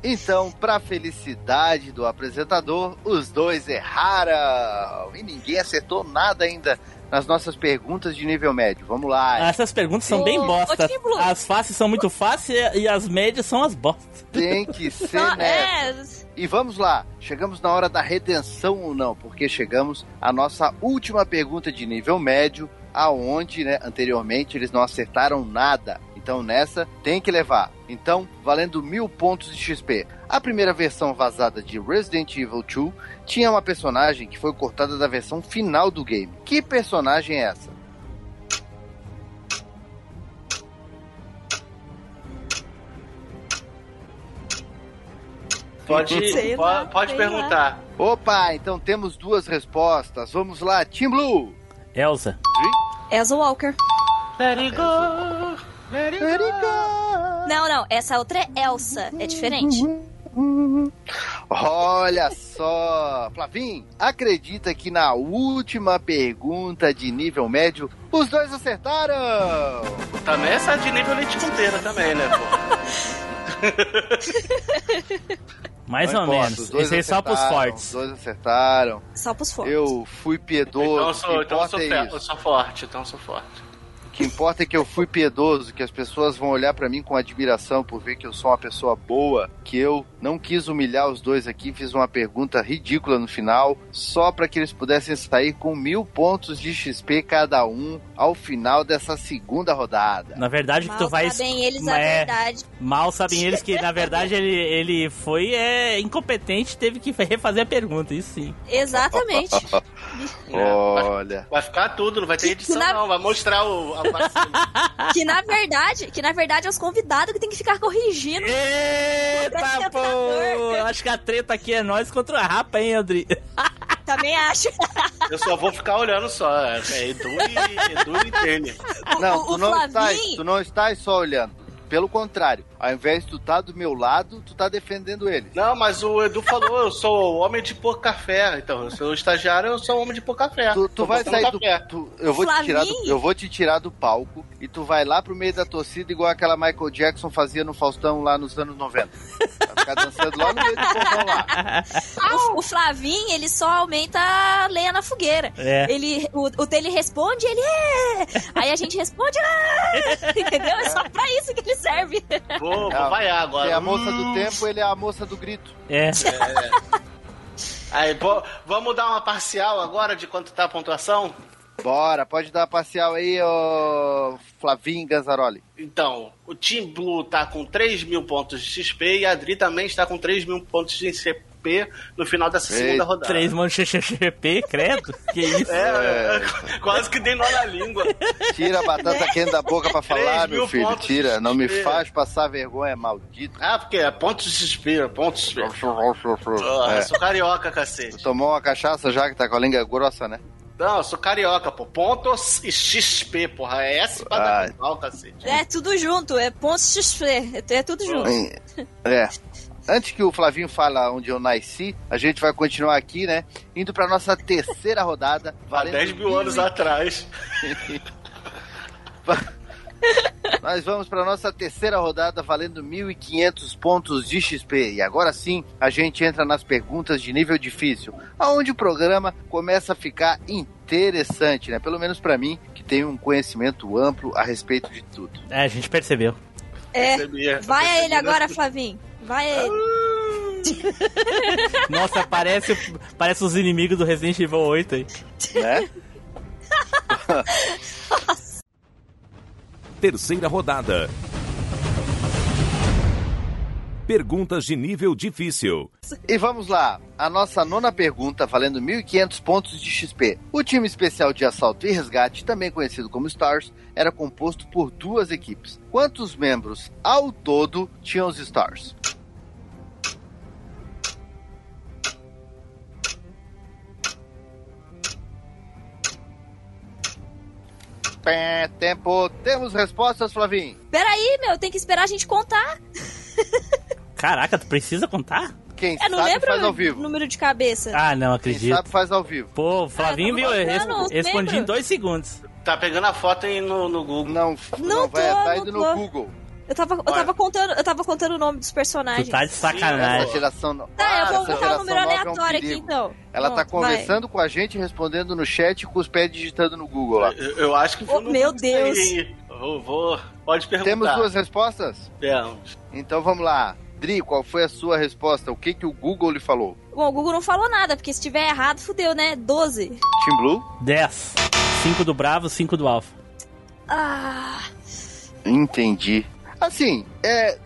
Speaker 3: Então, pra felicidade do apresentador, os dois erraram. E ninguém acertou nada ainda nas nossas perguntas de nível médio. Vamos
Speaker 5: Ah.
Speaker 3: lá.
Speaker 4: Essas perguntas são bem
Speaker 5: Ô,
Speaker 4: bosta.
Speaker 5: ô, Tim Blue.
Speaker 4: As fáceis são muito fáceis e as médias são as bostas.
Speaker 3: Tem que ser,
Speaker 5: Então,
Speaker 3: né?
Speaker 5: é,
Speaker 3: E vamos lá, chegamos na hora da redenção ou não, porque chegamos à nossa última pergunta de nível médio, aonde, né, anteriormente eles não acertaram nada. Então nessa tem que levar. Então, valendo mil pontos de XP. A primeira versão vazada de Resident Evil 2 tinha uma personagem que foi cortada da versão final do game. Que personagem é essa?
Speaker 6: Pode,
Speaker 5: Sei
Speaker 6: po-
Speaker 5: lá,
Speaker 6: pode
Speaker 5: sei
Speaker 6: perguntar.
Speaker 3: Opa, então temos duas respostas. Vamos lá, Team Blue.
Speaker 4: Elsa.
Speaker 5: Elsa Walker.
Speaker 6: Let it go, let it go.
Speaker 5: Não, não, essa outra é Elsa. É diferente.
Speaker 3: Olha só, Flavim, acredita que na última pergunta de nível médio, os dois acertaram!
Speaker 6: Também essa de nível leite com pera também, né, pô?
Speaker 4: Mais
Speaker 3: Não
Speaker 4: ou
Speaker 3: importa, os
Speaker 4: menos.
Speaker 3: dois
Speaker 4: Esse aí é só pros
Speaker 3: acertaram,
Speaker 4: fortes.
Speaker 3: Os dois acertaram.
Speaker 5: Só pros fortes.
Speaker 3: Eu fui piedoso.
Speaker 6: Então eu
Speaker 3: o
Speaker 6: sou,
Speaker 3: que
Speaker 6: então eu
Speaker 3: importa
Speaker 6: sou, fe-
Speaker 3: é
Speaker 6: eu
Speaker 3: isso.
Speaker 6: sou forte, então eu sou forte.
Speaker 3: O que importa é que eu fui piedoso, que as pessoas vão olhar pra mim com admiração por ver que eu sou uma pessoa boa, que eu não quis humilhar os dois aqui, fiz uma pergunta ridícula no final, só pra que eles pudessem sair com mil pontos de XP cada um ao final dessa segunda rodada.
Speaker 4: Na verdade, o que
Speaker 5: Mal
Speaker 4: tu vai.
Speaker 5: sabem eles a
Speaker 4: é,
Speaker 5: verdade.
Speaker 4: Mal sabem eles que, na verdade, ele, ele foi é, incompetente teve que refazer a pergunta, isso sim.
Speaker 5: Exatamente. É.
Speaker 3: Olha,
Speaker 6: Vai ficar tudo, não vai ter edição
Speaker 5: na-
Speaker 6: não, vai mostrar o a vacina.
Speaker 5: que na verdade, que na verdade é os convidados que tem que ficar corrigindo.
Speaker 4: Eita, pô!
Speaker 5: Apresentador.
Speaker 4: Eu acho que a treta aqui é nós contra a rapa, hein, Andri?
Speaker 5: Também acho.
Speaker 6: Eu só vou ficar olhando só, é Edu e, Edu e Tênis.
Speaker 3: não,
Speaker 5: o, o
Speaker 3: tu não, estás,
Speaker 5: Flavim,
Speaker 3: tu não estás só olhando. Pelo contrário, ao invés de tu tá do meu lado, tu tá defendendo ele.
Speaker 6: Não, mas o Edu falou, eu sou o homem de pôr café, então eu sou estagiário, eu sou o homem de pôr café.
Speaker 3: Tu, tu
Speaker 6: Tô
Speaker 3: vai
Speaker 6: botando
Speaker 3: sair do,
Speaker 6: café.
Speaker 3: tu- eu vou te tirar do.
Speaker 5: Flavinho?
Speaker 3: Eu vou te tirar do palco e tu vai lá pro meio da torcida, igual aquela Michael Jackson fazia no Faustão lá nos anos 90. Vai ficar dançando lá no meio do povão lá.
Speaker 5: o, o Flavim, ele só aumenta a lenha na fogueira.
Speaker 4: É.
Speaker 5: Ele, o, o dele responde, ele é. Aí a gente responde, "Ah!" entendeu? É só pra isso que ele serve.
Speaker 6: Vou, vou vaiar agora.
Speaker 3: Você é a
Speaker 6: Hum.
Speaker 3: moça do tempo, ele é a moça do grito.
Speaker 4: É.
Speaker 6: Aí, pô, vamos dar uma parcial agora de quanto tá a pontuação?
Speaker 3: Bora, pode dar a parcial aí, ô Flavinho Ganzaroli.
Speaker 6: Então, o Team Blue tá com 3 mil pontos de XP e a Adri também está com 3 mil pontos de CP no final dessa
Speaker 3: Eita.
Speaker 6: segunda rodada.
Speaker 4: Três mãos de XXP, credo? Que isso?
Speaker 6: É, é, quase que dei nó na língua.
Speaker 3: Tira a batata quente da boca pra falar,
Speaker 6: Três mil
Speaker 3: meu filho.
Speaker 6: pontos
Speaker 3: Tira,
Speaker 6: de
Speaker 3: não me
Speaker 6: desespero.
Speaker 3: faz passar vergonha, maldito.
Speaker 6: Ah, porque é pontos de XP, pontos de XP. Ah,
Speaker 3: É.
Speaker 6: Sou carioca, cacete.
Speaker 3: Tomou uma cachaça já que tá com a língua grossa, né?
Speaker 6: Não, eu sou carioca, pô. Pontos e XP, porra. É S pra dar
Speaker 3: Ah.
Speaker 6: final, cacete.
Speaker 5: É tudo junto, é ponto XP, é, é tudo junto.
Speaker 3: É. Antes que o Flavinho fala onde eu nasci, a gente vai continuar aqui, né? Indo pra nossa terceira rodada.
Speaker 6: Há 10 mil anos atrás. né?
Speaker 3: Nós vamos para nossa terceira rodada valendo 1.500 pontos de XP. E agora sim, a gente entra nas perguntas de nível difícil, aonde o programa começa a ficar interessante, né? Pelo menos para mim, que tenho um conhecimento amplo a respeito de tudo.
Speaker 4: É, a gente percebeu.
Speaker 5: É.
Speaker 6: Percebia.
Speaker 5: Vai a ele agora, Flavinho. Vai a ele.
Speaker 4: Nossa, parece, parece os inimigos do Resident Evil 8 aí.
Speaker 3: Né?
Speaker 7: Terceira rodada. Perguntas de nível difícil.
Speaker 3: E vamos lá, a nossa nona pergunta valendo 1.500 pontos de XP. O time especial de assalto e resgate, também conhecido como Stars, era composto por duas equipes. Quantos membros ao todo tinham os Stars? Pé, Tempo, temos respostas, Flavinho?
Speaker 5: Peraí, meu, tem que esperar a gente contar.
Speaker 4: Caraca, tu precisa contar?
Speaker 3: Quem
Speaker 5: Eu não
Speaker 3: sabe
Speaker 5: lembro
Speaker 3: faz ao
Speaker 5: o
Speaker 3: vivo.
Speaker 5: número de cabeça.
Speaker 4: Ah, não
Speaker 3: Quem
Speaker 4: acredito.
Speaker 3: sabe faz ao vivo.
Speaker 4: Pô, o Flavinho
Speaker 5: Ah,
Speaker 4: viu,
Speaker 5: não,
Speaker 4: eu
Speaker 5: não,
Speaker 4: res-
Speaker 5: não
Speaker 4: respondi
Speaker 5: lembro.
Speaker 4: em dois segundos.
Speaker 6: Tá pegando a foto aí no, no Google.
Speaker 3: Não,
Speaker 5: Não
Speaker 3: não vai,
Speaker 5: tô,
Speaker 3: tá
Speaker 5: não
Speaker 3: indo
Speaker 5: tô.
Speaker 3: no Google.
Speaker 5: Eu tava, eu
Speaker 6: Olha.
Speaker 5: tava contando, eu tava contando o nome dos personagens.
Speaker 4: Tu tá de
Speaker 3: Essa
Speaker 4: sacanagem.
Speaker 3: geração não.
Speaker 5: Tá, eu
Speaker 3: Ah,
Speaker 5: vou
Speaker 3: essa
Speaker 5: botar o
Speaker 3: geração
Speaker 5: número
Speaker 3: nova é um
Speaker 5: aleatório aqui
Speaker 3: perigo.
Speaker 5: então.
Speaker 3: Ela tá
Speaker 5: Pronto,
Speaker 3: conversando com a gente, respondendo no chat com os pés digitando no Google lá.
Speaker 6: Eu, eu acho que foi
Speaker 5: Oh,
Speaker 6: no
Speaker 5: meu
Speaker 6: Google isso
Speaker 5: Deus.
Speaker 6: aí. Eu vou. Pode perguntar.
Speaker 3: Temos duas respostas?
Speaker 6: Temos.
Speaker 3: Então vamos lá. Dri, qual foi a sua resposta? O que, que o Google lhe falou?
Speaker 5: vai. Bom, o Google não falou nada, porque se tiver errado, fudeu, né? 12.
Speaker 3: Team Blue?
Speaker 4: 10. 5 do Bravo, 5 do Alfa.
Speaker 5: Ah,
Speaker 3: Entendi. Assim, é.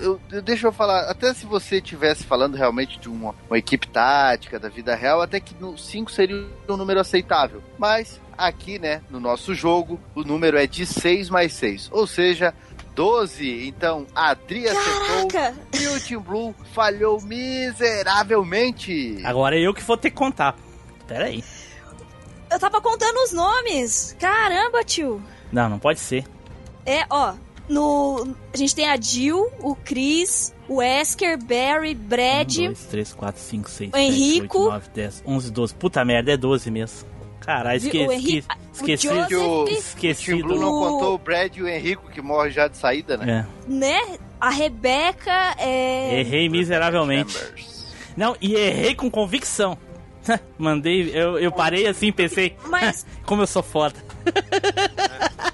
Speaker 3: Eu, eu- deixa eu falar, até se você estivesse falando realmente de uma, uma equipe tática da vida real, até que 5 seria um número aceitável. Mas aqui, né, no nosso jogo, o número é de 6 mais 6, ou seja, 12. Então, a Adri acertou
Speaker 5: cara.
Speaker 3: e o Team Blue falhou miseravelmente.
Speaker 4: Agora é eu que vou ter que contar. Pera aí.
Speaker 5: Eu tava contando os nomes. Caramba, tio.
Speaker 4: Não, não pode ser.
Speaker 5: É, ó. No, a gente tem a Jill, o Chris, o Esker, Barry, Brad.
Speaker 4: 1, 2, 3, 4, 5, 6,
Speaker 5: É O
Speaker 4: 7,
Speaker 5: Henrico.
Speaker 4: 8, 9, 10, 11, 12. Puta merda, é 12 mesmo. Caralho,
Speaker 5: Vi-
Speaker 4: esque,
Speaker 5: o Henrique-
Speaker 4: esque- esqueci.
Speaker 5: Joseph,
Speaker 3: Que o- O
Speaker 4: Esqueci
Speaker 3: Team Blue
Speaker 4: do...
Speaker 3: não
Speaker 5: O-
Speaker 3: contou o Brad e o Henrico, que morre já de saída, né?
Speaker 4: É.
Speaker 5: né? A Rebeca é.
Speaker 4: Errei miseravelmente.
Speaker 3: Chambers.
Speaker 4: Não, e errei com convicção. Mandei, eu, eu parei assim e pensei,
Speaker 5: Mas-
Speaker 4: como eu sou foda.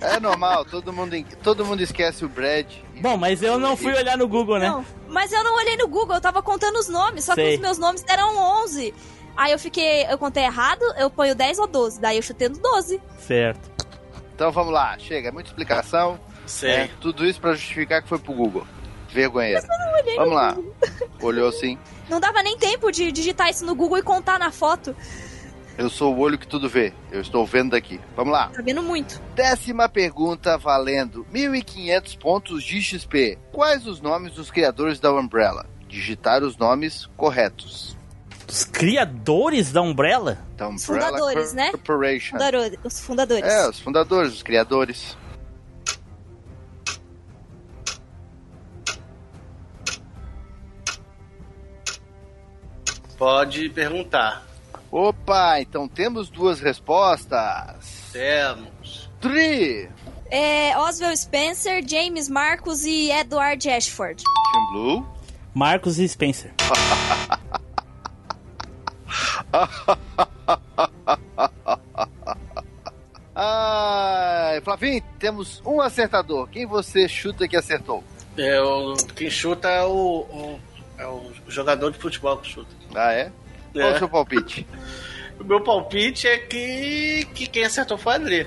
Speaker 3: É normal, todo mundo, todo mundo esquece o Brad.
Speaker 4: Bom, mas eu não fui olhar no Google, né?
Speaker 5: Não, mas eu não olhei no Google, eu tava contando os nomes, só
Speaker 4: Sei.
Speaker 5: que os meus nomes eram 11. Aí eu fiquei, eu contei errado, eu ponho 10 ou 12, daí eu chutei no 12.
Speaker 4: Certo.
Speaker 3: Então vamos lá, chega, muita explicação.
Speaker 6: Sei.
Speaker 3: É, tudo isso pra justificar que foi pro Google. Vergonheira. Vamos lá. Olhou assim, sim.
Speaker 5: Não dava nem tempo de digitar isso no Google e contar na foto.
Speaker 3: Eu sou o olho que tudo vê. Eu estou vendo daqui. Vamos lá.
Speaker 5: Tá vendo muito.
Speaker 3: Décima pergunta valendo 1.500 pontos de XP. Quais os nomes dos criadores da Umbrella? Digitar os nomes corretos.
Speaker 4: Os criadores da Umbrella?
Speaker 3: Então,
Speaker 5: Os fundadores, né?
Speaker 3: Corporation.
Speaker 5: Fundadores, os fundadores.
Speaker 3: É, os fundadores, os criadores.
Speaker 6: Pode perguntar.
Speaker 3: Opa, então temos duas respostas.
Speaker 6: É. Temos.
Speaker 3: Tri,
Speaker 5: É, Oswald Spencer, James Marcos e Edward Ashford.
Speaker 3: Team Blue.
Speaker 4: Marcos e Spencer.
Speaker 3: Ai, Flavinho, temos um acertador. Quem você chuta que acertou?
Speaker 6: É, o- quem chuta é o, o- é o jogador de futebol que chuta.
Speaker 3: Ah, é? Qual o
Speaker 6: É.
Speaker 3: seu palpite?
Speaker 6: O meu palpite é que, que quem acertou foi o André.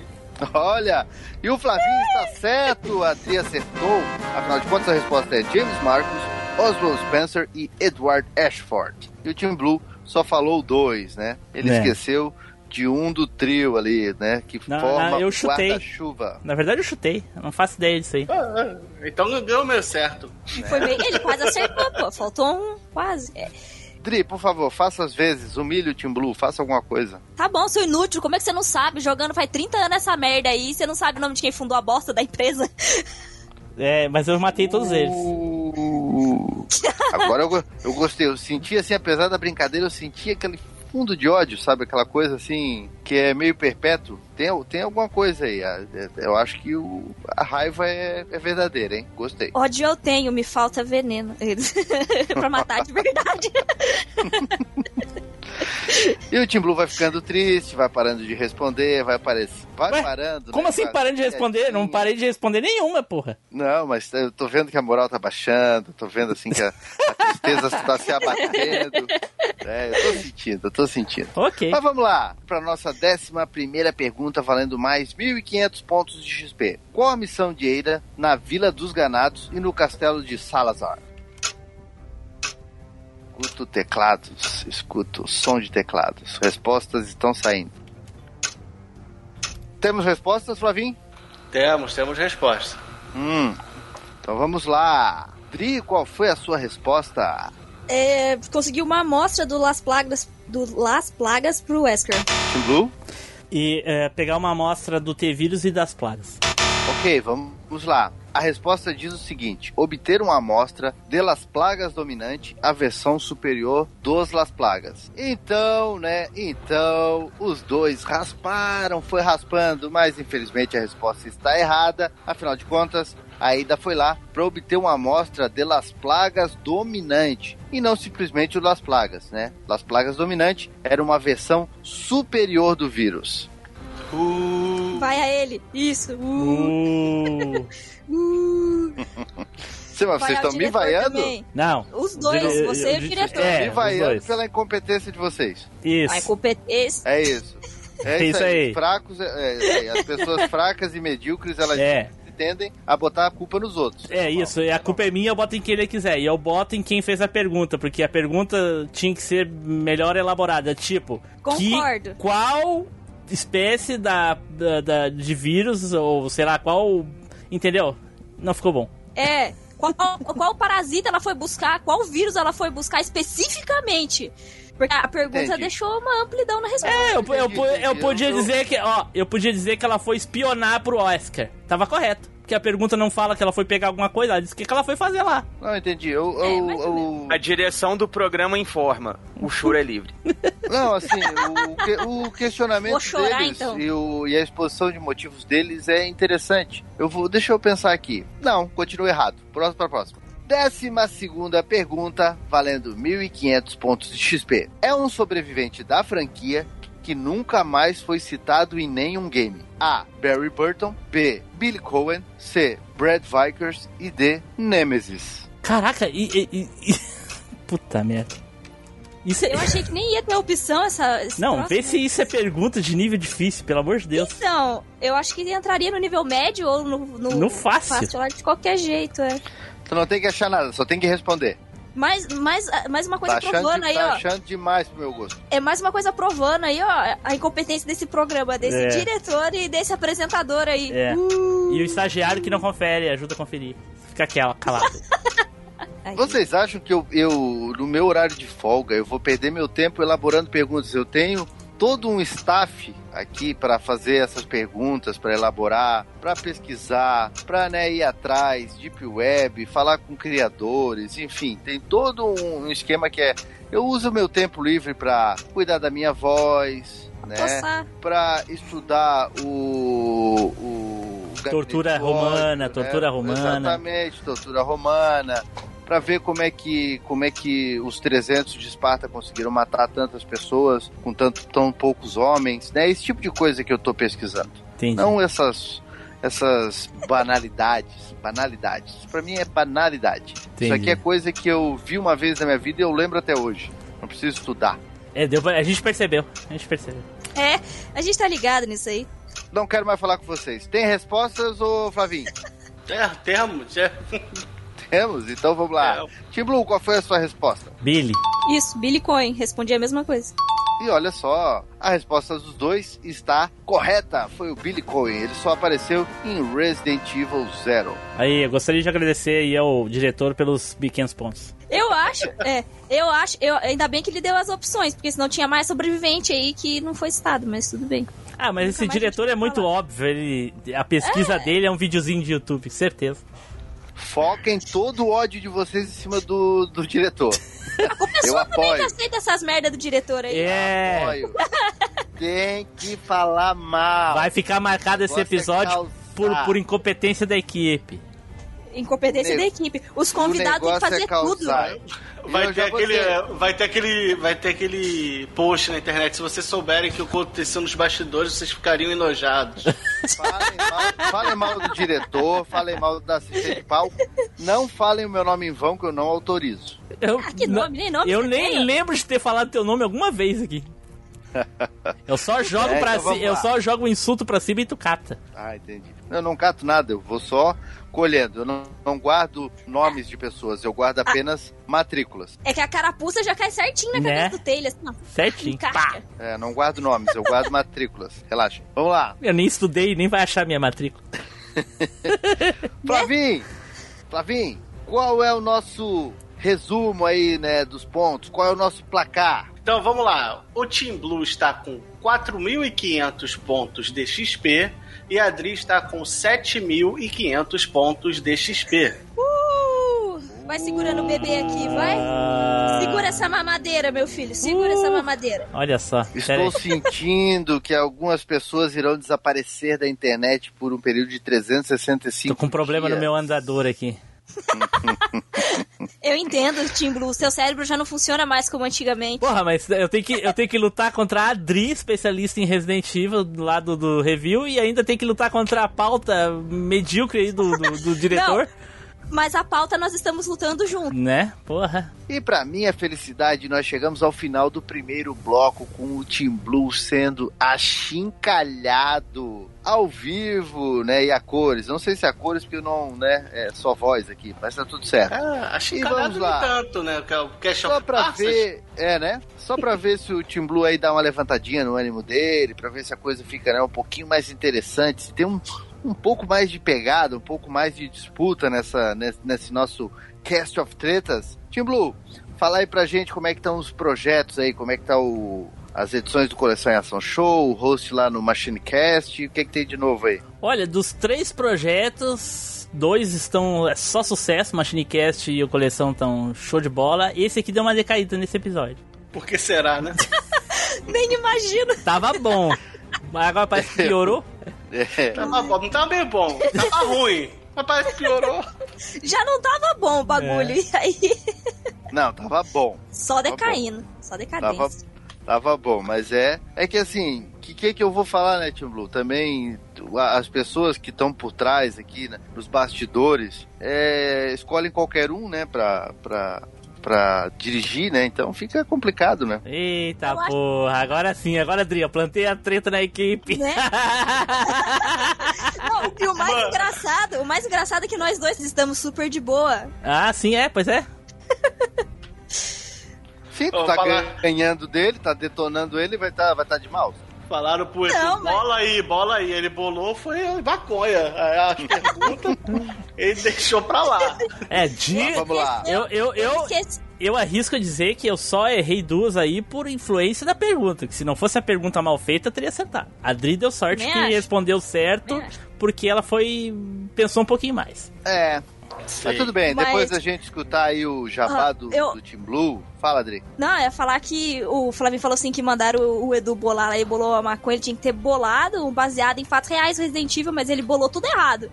Speaker 3: Olha, e o Flavinho está certo. A Tri acertou. Afinal de contas, a resposta é James Marcos, Oswald Spencer e Edward Ashford. E o Team Blue só falou dois, né? Ele
Speaker 4: É.
Speaker 3: esqueceu de um do trio ali, né? Que
Speaker 4: Não,
Speaker 3: forma
Speaker 4: não, eu
Speaker 3: o
Speaker 4: chutei.
Speaker 3: guarda-chuva.
Speaker 4: Na verdade eu chutei, eu não faço ideia disso aí.
Speaker 6: Ah, Então ganhou o meu certo.
Speaker 5: Foi meio- Ele quase acertou, pô. Faltou um. Quase. É.
Speaker 3: Dri, por favor, faça as vezes, humilhe o Team Blue, faça alguma coisa.
Speaker 5: Tá bom, seu inútil, como é que você não sabe? Jogando faz 30 anos essa merda aí, você não sabe o nome de quem fundou a bosta da empresa?
Speaker 4: É, mas eu matei todos eles.
Speaker 3: Uh, Agora eu, go- eu gostei, eu senti assim, apesar da brincadeira, eu senti aquele fundo de ódio, sabe? Aquela coisa assim, que é meio perpétuo. Tem, tem alguma coisa aí, a- é- eu acho que o- a raiva é, é verdadeira, hein? Gostei.
Speaker 5: Ódio eu tenho, me falta veneno. pra matar de verdade.
Speaker 3: E o Tim Blue vai ficando triste, vai parando de responder, vai aparecer. Vai
Speaker 4: Ué,
Speaker 3: parando.
Speaker 4: Como
Speaker 3: né?
Speaker 4: assim
Speaker 3: Faz
Speaker 4: parando de responder? Não
Speaker 3: piadinha.
Speaker 4: parei de responder nenhuma, porra.
Speaker 3: Não, mas eu tô vendo que a moral tá baixando, tô vendo assim que a, a tristeza tá se abatendo. É, eu tô sentindo, eu tô sentindo.
Speaker 4: Ok.
Speaker 3: Mas vamos lá, para nossa décima primeira pergunta, valendo mais 1.500 pontos de XP. Qual a missão de Eira na Vila dos Ganados e no Castelo de Salazar? Escuto teclados, escuto som de teclados. Respostas estão saindo. Temos respostas, Flavinho?
Speaker 6: Temos, temos resposta.
Speaker 3: Hum, então vamos lá. Dri, qual foi a sua resposta?
Speaker 5: É, consegui uma amostra do Las Plagas, do Las Plagas pro Wesker.
Speaker 3: Team Blue?
Speaker 4: E é, pegar uma amostra do T-vírus e das plagas.
Speaker 3: Ok, vamos lá. A resposta diz o seguinte: obter uma amostra de Las Plagas dominante, a versão superior dos Las Plagas. Então, né? Então, os dois rasparam, foi raspando, mas infelizmente a resposta está errada. Afinal de contas, a Ida foi lá para obter uma amostra de Las Plagas dominante e não simplesmente o Las Plagas, né? Las Plagas dominante era uma versão superior do vírus. Uh.
Speaker 5: Vai a ele. Isso. Uh,
Speaker 4: Uh,
Speaker 5: uh.
Speaker 3: Sei, mas
Speaker 5: Vai
Speaker 3: Ah, vocês
Speaker 5: ao
Speaker 3: estão me
Speaker 5: diretor
Speaker 3: vaiando?
Speaker 5: também.
Speaker 4: não.
Speaker 5: Os dois,
Speaker 4: Eu- eu-
Speaker 5: você e
Speaker 4: eu-
Speaker 5: o diretor.
Speaker 4: É,
Speaker 3: me
Speaker 4: os
Speaker 3: vaiando
Speaker 4: dois.
Speaker 3: pela incompetência de vocês.
Speaker 5: A
Speaker 4: Isso.
Speaker 5: competência.
Speaker 3: É isso. É
Speaker 4: É
Speaker 3: isso
Speaker 4: isso
Speaker 3: aí.
Speaker 4: aí.
Speaker 3: Os fracos, é, é, é, as pessoas fracas e medíocres, elas
Speaker 4: É,
Speaker 3: tendem a botar a culpa nos outros.
Speaker 4: é isso. E a culpa é minha, eu boto em quem ele quiser. E eu boto em quem fez a pergunta, porque a pergunta tinha que ser melhor elaborada. Tipo, que-
Speaker 5: Concordo.
Speaker 4: qual espécie da, da- da- de vírus, ou sei lá, qual. Entendeu? Não ficou bom.
Speaker 5: É. Qual, qual parasita ela foi buscar? Qual vírus ela foi buscar especificamente? Porque a pergunta
Speaker 3: Entendi.
Speaker 5: deixou uma amplidão na resposta.
Speaker 4: É, eu, eu, eu, eu
Speaker 3: entendi.
Speaker 4: podia
Speaker 3: Eu-
Speaker 4: dizer que, ó, eu podia dizer que ela foi espionar pro Oscar. Tava correto. Porque a pergunta não fala que ela foi pegar alguma coisa, ela disse que que ela foi fazer lá.
Speaker 3: Não, Ah, entendi. Eu, eu,
Speaker 5: É, mais ou
Speaker 3: eu-
Speaker 2: A direção do programa informa. O choro é livre.
Speaker 3: não, assim, o, que- o questionamento
Speaker 5: Vou chorar,
Speaker 3: deles
Speaker 5: então.
Speaker 3: e, o- e a exposição de motivos deles é interessante. Eu vou, deixa eu pensar aqui. Não, continua errado. Próximo para próxima. Décima segunda pergunta, valendo 1.500 pontos de XP. É um sobrevivente da franquia que nunca mais foi citado em nenhum game? A. Barry Burton. B. Billy Cohen. C. Brad Vickers. E D. Nemesis.
Speaker 4: Caraca, e. e- e- e- Puta merda. Isso é...
Speaker 5: Eu achei que nem ia ter opção essa. esse
Speaker 4: Não,
Speaker 5: troço,
Speaker 4: vê
Speaker 5: né?
Speaker 4: se isso é pergunta de nível difícil, pelo amor de Deus.
Speaker 5: Então, eu acho que entraria no nível médio ou no, no,
Speaker 4: No fácil.
Speaker 5: lá de qualquer jeito, é.
Speaker 3: Tu não tem que achar nada, só tem que responder.
Speaker 5: Mais, mais, mais uma
Speaker 3: tá
Speaker 5: coisa
Speaker 3: achando,
Speaker 5: provando
Speaker 3: de-
Speaker 5: aí,
Speaker 3: tá
Speaker 5: ó.
Speaker 3: achando demais pro meu gosto.
Speaker 5: É mais uma coisa provando aí, ó, a incompetência desse programa, desse
Speaker 4: É.
Speaker 5: diretor e desse apresentador aí. Uh,
Speaker 4: É. E o estagiário que não confere, ajuda a conferir. Fica aquela, calado.
Speaker 5: Aí.
Speaker 3: Vocês acham que eu, eu, no meu horário de folga, eu vou perder meu tempo elaborando perguntas? Eu tenho todo um staff aqui para fazer essas perguntas, para elaborar, para pesquisar, para né, ir atrás, deep web, falar com criadores, enfim, tem todo um, um esquema que é. Eu uso meu tempo livre para cuidar da minha voz, né?
Speaker 5: Coçar.
Speaker 3: Para estudar o, o gabinete
Speaker 4: Tortura
Speaker 3: do ódio,
Speaker 4: romana, tortura romana.
Speaker 3: Exatamente, tortura romana. Para ver como é que como é que os 300 de Esparta conseguiram matar tantas pessoas com tanto tão poucos homens, né? Esse tipo de coisa que eu tô pesquisando.
Speaker 4: Entendi.
Speaker 3: Não essas essas banalidades, banalidades. Para mim é banalidade. Isso
Speaker 4: Entendi.
Speaker 3: aqui é coisa que eu vi uma vez na minha vida e eu lembro até hoje. Não preciso estudar.
Speaker 4: É, deu pra- A gente percebeu. A gente percebeu.
Speaker 5: É, a gente tá ligado nisso aí.
Speaker 3: Não quero mais falar com vocês. Tem respostas, ô Flavinho?
Speaker 6: É, temos. É,
Speaker 3: Temos? Então vamos lá. Tim Blue, qual foi a sua resposta?
Speaker 4: Billy.
Speaker 5: Isso, Billy Cohen, respondi a mesma coisa.
Speaker 3: E olha só, a resposta dos dois está correta. Foi o Billy Cohen. Ele só apareceu em Resident Evil Zero.
Speaker 4: Aí, eu gostaria de agradecer aí ao diretor pelos pequenos pontos.
Speaker 5: Eu acho, é, eu acho, eu, ainda bem que ele deu as opções, porque senão tinha mais sobrevivente aí que não foi citado, mas tudo bem.
Speaker 4: Ah, mas
Speaker 5: Nunca
Speaker 4: esse
Speaker 5: mais a
Speaker 4: diretor
Speaker 5: gente
Speaker 4: é
Speaker 5: vai
Speaker 4: muito
Speaker 5: falar.
Speaker 4: óbvio. Ele, a pesquisa dele é um videozinho de YouTube, certeza.
Speaker 3: Foquem todo o ódio de vocês em cima do, do diretor.
Speaker 5: A culpa é
Speaker 3: Eu
Speaker 5: sua também que
Speaker 3: apoio.
Speaker 5: aceita essas merdas do diretor aí.
Speaker 4: É.
Speaker 3: Olha, Tem que falar mal.
Speaker 4: Vai ficar marcado esse
Speaker 3: Gosta de
Speaker 4: episódio
Speaker 3: causar.
Speaker 4: por, por incompetência da equipe.
Speaker 5: Incompetência
Speaker 3: O
Speaker 5: da
Speaker 3: ne-
Speaker 5: equipe. Os convidados
Speaker 3: O
Speaker 5: têm que
Speaker 3: negócio é
Speaker 5: fazer tudo. né?
Speaker 3: causar.
Speaker 6: Vai
Speaker 3: Eu
Speaker 6: ter,
Speaker 3: já vou
Speaker 6: aquele,
Speaker 3: ser-
Speaker 6: é, vai, ter aquele, vai ter aquele post na internet. Se vocês souberem que o que aconteceu nos bastidores, vocês ficariam enojados.
Speaker 3: Falem mal, falem mal do diretor, falem mal da assistente de palco. Não falem o meu nome em vão, que eu não autorizo.
Speaker 4: Eu,
Speaker 5: Ah, que nome, nem nome
Speaker 4: eu
Speaker 5: você
Speaker 4: nem
Speaker 5: tem.
Speaker 4: lembro de ter falado teu nome alguma vez aqui. Eu só jogo
Speaker 3: É,
Speaker 4: pra
Speaker 3: então
Speaker 4: cima,
Speaker 3: vamos
Speaker 4: eu
Speaker 3: lá.
Speaker 4: só jogo um insulto pra cima e tu cata.
Speaker 3: Ah, entendi. Eu não cato nada, eu vou só colhendo. Eu não, não guardo nomes de pessoas, eu guardo apenas matrículas.
Speaker 5: É que a carapuça já cai certinho na
Speaker 4: Né?
Speaker 5: cabeça do telha, assim, ó.
Speaker 4: Certinho. Pá.
Speaker 5: Encaixa.
Speaker 3: É, não guardo nomes, eu guardo matrículas. Relaxa. Vamos lá.
Speaker 4: Eu nem estudei, nem vai achar minha matrícula.
Speaker 3: Flavim! Flavim, qual é o nosso resumo aí, né, dos pontos? Qual é o nosso placar?
Speaker 6: Então vamos lá. O Team Blue está com 4.500 pontos de XP e a Adri está com 7.500 pontos de XP.
Speaker 5: Uh, vai segurando o bebê aqui, vai.
Speaker 4: Ah, Uh.
Speaker 5: Segura essa mamadeira, meu filho. Segura essa mamadeira.
Speaker 4: Olha só. pera aí.
Speaker 3: Estou sentindo que algumas pessoas irão desaparecer da internet por um período de 365
Speaker 4: Tô com um problema no
Speaker 3: dias.
Speaker 4: meu andador aqui.
Speaker 5: Eu entendo, Tim Blue. Seu cérebro já não funciona mais como antigamente.
Speaker 4: Porra, mas eu tenho que, eu tenho que lutar contra a Adri, especialista em Resident Evil, lá do, do review, e ainda tem que lutar contra a pauta medíocre aí do, do, do diretor.
Speaker 5: Mas a pauta nós estamos lutando junto.
Speaker 4: Né? Porra.
Speaker 3: E para minha felicidade, nós chegamos ao final do primeiro bloco com o Team Blue sendo achincalhado ao vivo, né? E a cores. Não sei se é a cores, porque eu não, né? É só voz aqui, mas tá tudo certo.
Speaker 6: Ah, achei
Speaker 3: E
Speaker 6: que
Speaker 3: vamos
Speaker 6: nem
Speaker 3: lá.
Speaker 6: tanto, né? Que é o Cash
Speaker 3: Só
Speaker 6: of
Speaker 3: pra
Speaker 6: Cards.
Speaker 3: ver, é, né? Só pra ver se o Team Blue aí dá uma levantadinha no ânimo dele, pra ver se a coisa fica né, um pouquinho mais interessante, se tem um, um pouco mais de pegada, um pouco mais de disputa nessa, nesse, nesse nosso cast of tretas. Team Blue, fala aí pra gente como é que estão os projetos aí, como é que tá o. As edições do Coleção em Ação Show, o host lá no MachineCast, o que, que tem de novo aí?
Speaker 4: Olha, dos três projetos, dois estão é só sucesso, Machinecast e o Coleção estão show de bola. Esse aqui deu uma decaída nesse episódio.
Speaker 6: Por que será, né?
Speaker 5: Nem imagino.
Speaker 4: Tava bom, mas agora parece que piorou.
Speaker 3: É,
Speaker 6: tava Tá bom, não tava bem bom. Tava ruim. Mas parece que piorou.
Speaker 5: Já não tava bom o
Speaker 4: É.
Speaker 5: bagulho. E aí,
Speaker 3: não, tava bom.
Speaker 5: só
Speaker 3: bom.
Speaker 5: decaindo. Só decadência.
Speaker 3: Tava, tava bom, mas é. É que assim, que que que eu vou falar, né, Tim Blue? Também tu- a- as pessoas que estão por trás aqui, né, nos bastidores, é, escolhem qualquer um, né, pra, pra, pra dirigir, né? Então fica complicado, né?
Speaker 4: Eita
Speaker 5: Eu acho-
Speaker 4: porra, agora sim, agora Adri, eu plantei a treta na equipe.
Speaker 5: Né? Não, e o mais engraçado, o mais engraçado é que nós dois estamos super de boa.
Speaker 4: ah, sim, é, pois é.
Speaker 3: Sim, tu
Speaker 6: Ô,
Speaker 3: tá
Speaker 6: fala-
Speaker 3: ganhando dele, tá detonando ele, vai tá, vai tá de mal.
Speaker 6: Falaram pro Edu,
Speaker 5: Não, mas-
Speaker 6: bola aí, bola aí. Ele bolou, foi maconha. Aí As perguntas, ele deixou pra lá.
Speaker 4: É, de...
Speaker 3: Vamos lá.
Speaker 4: Eu, eu, eu,
Speaker 5: Esqueci.
Speaker 4: eu arrisco a dizer que eu só errei duas aí por influência da pergunta. Que se não fosse a pergunta mal feita, eu teria acertado. A Adri deu sorte
Speaker 5: Também
Speaker 4: que
Speaker 5: acho.
Speaker 4: respondeu certo,
Speaker 5: Também acho.
Speaker 4: porque ela foi. pensou um pouquinho mais.
Speaker 3: É, mas tudo bem,
Speaker 5: Mas-
Speaker 3: depois da gente escutar aí o
Speaker 5: Ah,
Speaker 3: jabá do,
Speaker 5: eu-
Speaker 3: do Team Blue, fala, Adri.
Speaker 5: Não, eu ia falar que o Flavinho falou assim que mandaram o, o Edu bolar lá e bolou a maconha. Ele tinha que ter bolado, um baseado em fatos reais Resident Evil, mas ele bolou tudo errado.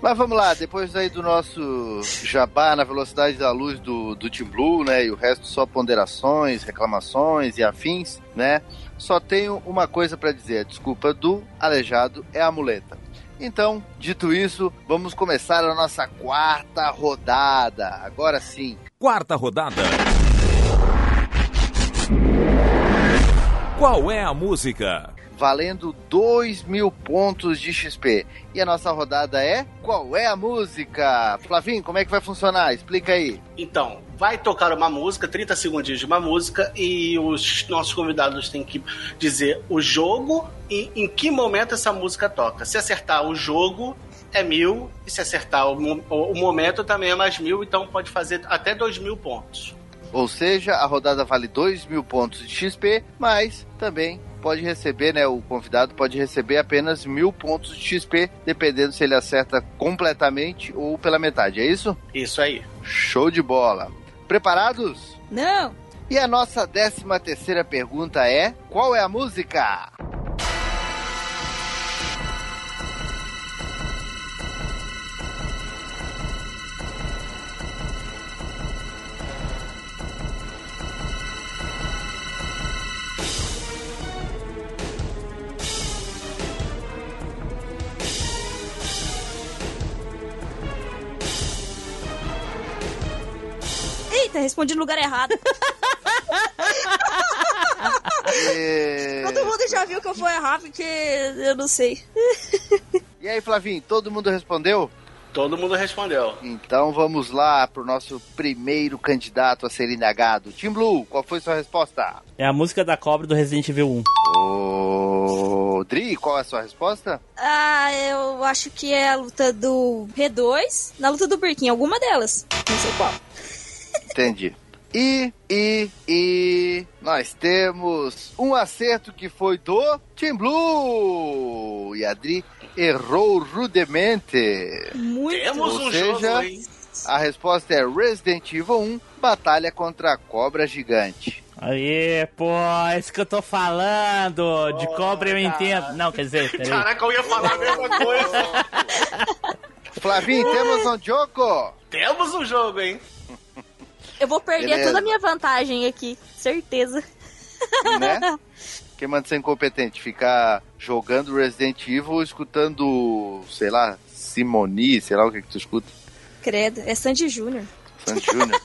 Speaker 3: Mas vamos lá, depois aí do nosso jabá na velocidade da luz do, do Team Blue, né? E o resto só ponderações, reclamações e afins, né? Só tenho uma coisa pra dizer: a desculpa do aleijado é a muleta. Então, dito isso, vamos começar a nossa quarta rodada. Agora sim.
Speaker 7: Quarta rodada. Qual é a música?
Speaker 3: valendo 2 mil pontos de XP. E a nossa rodada é Qual é a música? Flavinho, como é que vai funcionar? Explica aí.
Speaker 6: Então, vai tocar uma música, 30 segundinhos de uma música, e os nossos convidados têm que dizer o jogo e em que momento essa música toca. Se acertar o jogo, é mil, e se acertar o, mo- o momento também é mais mil, então pode fazer até dois mil pontos.
Speaker 3: Ou seja, a rodada vale 2 mil pontos de XP, mas também pode receber, né? O convidado pode receber apenas mil pontos de XP, dependendo se ele acerta completamente ou pela metade, é isso?
Speaker 6: Isso aí.
Speaker 3: Show de bola! Preparados?
Speaker 5: Não!
Speaker 3: E a nossa décima terceira pergunta é: qual é a música?
Speaker 5: Eita, respondi no lugar errado.
Speaker 3: E,
Speaker 5: Todo mundo já viu que eu vou errar, porque eu não sei.
Speaker 3: e aí, Flavinho, todo mundo respondeu?
Speaker 6: Todo mundo respondeu.
Speaker 3: Então vamos lá pro nosso primeiro candidato a ser indagado. Tim Blue, qual foi sua resposta?
Speaker 4: É a música da cobra do Resident Evil 1.
Speaker 3: Ô, Dri, qual é a sua resposta?
Speaker 5: Ah, eu acho que é a luta do P2 na luta do Birkin, alguma delas. Não sei qual.
Speaker 3: Entendi. E, e, e nós temos um acerto que foi do Tim Blue. E a Dri errou rudemente.
Speaker 5: Muito.
Speaker 6: Temos
Speaker 3: Ou
Speaker 6: um
Speaker 3: seja,
Speaker 6: jogo, hein?
Speaker 3: A resposta é Resident Evil 1, Batalha contra a Cobra Gigante.
Speaker 4: Aí, pô, é isso que eu tô falando. De
Speaker 6: Pô,
Speaker 4: cobra eu
Speaker 6: cara.
Speaker 4: entendo. Não, quer dizer, peraí.
Speaker 6: Caraca, eu ia falar a mesma coisa.
Speaker 3: Flavinho, temos um jogo?
Speaker 6: Temos um jogo, hein?
Speaker 5: Eu vou perder
Speaker 3: Beleza.
Speaker 5: toda a minha vantagem aqui, certeza.
Speaker 3: né? Quem manda ser incompetente? Ficar jogando Resident Evil ou escutando, sei lá, Simoni, sei lá o que que tu escuta,
Speaker 5: Credo, é Sandy Júnior.
Speaker 3: Sandy Júnior.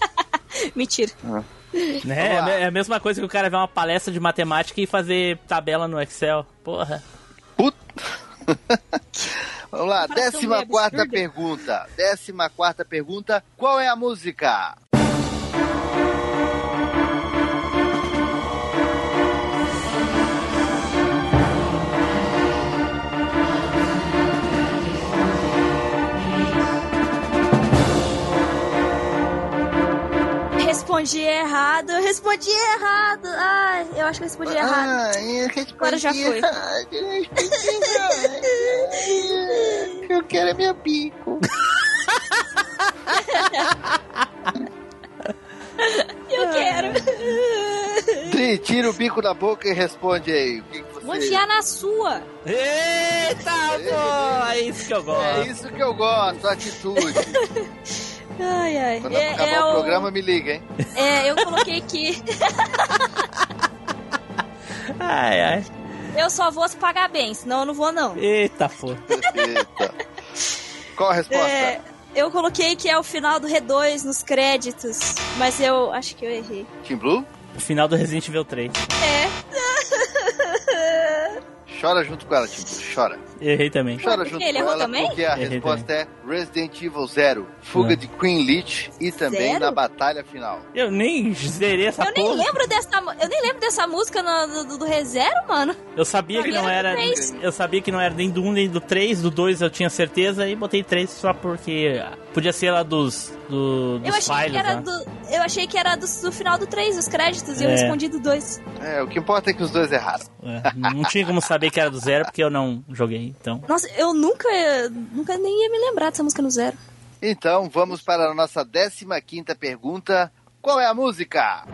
Speaker 5: Mentira.
Speaker 4: Né?
Speaker 3: Vamos lá.
Speaker 4: É a mesma coisa que o cara ver uma palestra de matemática e fazer tabela no Excel. Porra.
Speaker 3: Puta. Vamos lá,
Speaker 5: Comparação
Speaker 3: décima
Speaker 5: meio
Speaker 3: quarta
Speaker 5: absurda.
Speaker 3: pergunta. Décima quarta pergunta. Qual é a música?
Speaker 5: Respondi errado, eu respondi errado. Ai, eu acho que eu respondi errado.
Speaker 3: Ah, eu respondi
Speaker 5: Agora já foi.
Speaker 3: errado, eu respondi errado. Eu quero é meu bico.
Speaker 5: Eu quero.
Speaker 3: Tri, tira o bico da boca e responde aí. O que, que
Speaker 5: Vou
Speaker 3: você...
Speaker 5: enfiar na sua.
Speaker 4: Eita, pô! É isso que eu
Speaker 3: É
Speaker 4: gosto.
Speaker 3: isso que eu gosto, atitude.
Speaker 5: Ai, ai.
Speaker 3: Quando
Speaker 5: É,
Speaker 3: acabar
Speaker 5: é
Speaker 3: o
Speaker 5: o-
Speaker 3: programa, me liga, hein?
Speaker 5: é, eu coloquei que
Speaker 4: Ai, ai.
Speaker 5: eu só vou se pagar bem, senão eu não vou, não.
Speaker 4: Eita, pô.
Speaker 3: Eita. Qual a resposta?
Speaker 5: É, eu coloquei que é o final do R2 nos créditos, mas eu acho que eu errei.
Speaker 3: Team Blue?
Speaker 4: O final do Resident Evil 3.
Speaker 3: Chora junto com ela, Team Blue. Chora.
Speaker 4: Errei também.
Speaker 3: Chora
Speaker 5: Por quê?
Speaker 3: junto
Speaker 5: Ele
Speaker 3: com
Speaker 5: errou
Speaker 3: ela,
Speaker 5: também?
Speaker 3: porque a
Speaker 4: Errei
Speaker 3: resposta é Resident Evil Zero, Fuga
Speaker 4: Ah.
Speaker 3: de Queen Leech e também
Speaker 5: Zero?
Speaker 3: na batalha final.
Speaker 4: Eu nem zerei
Speaker 3: Tá
Speaker 4: essa
Speaker 5: Eu nem
Speaker 4: porra.
Speaker 5: lembro dessa, mu- eu nem lembro dessa música no- do, do ReZero, mano.
Speaker 4: Eu sabia que não era.
Speaker 5: Três.
Speaker 4: Eu sabia que não era nem do 1 nem do 3. Do 2 eu tinha certeza e botei 3 só porque. Podia ser lá dos. Do,
Speaker 5: Eu
Speaker 4: dos
Speaker 5: achei,
Speaker 4: files,
Speaker 5: que era
Speaker 4: né?
Speaker 5: do, eu achei que era do, do final do 3, os créditos, e eu
Speaker 4: É.
Speaker 5: respondi do 2.
Speaker 3: É, o que importa é que os dois erraram.
Speaker 4: É, Não tinha como saber que era do zero porque eu não joguei, então.
Speaker 5: Nossa, eu nunca, nunca nem ia me lembrar dessa música no Zero.
Speaker 3: Então, vamos para a nossa 15 quinta pergunta. Qual é a música?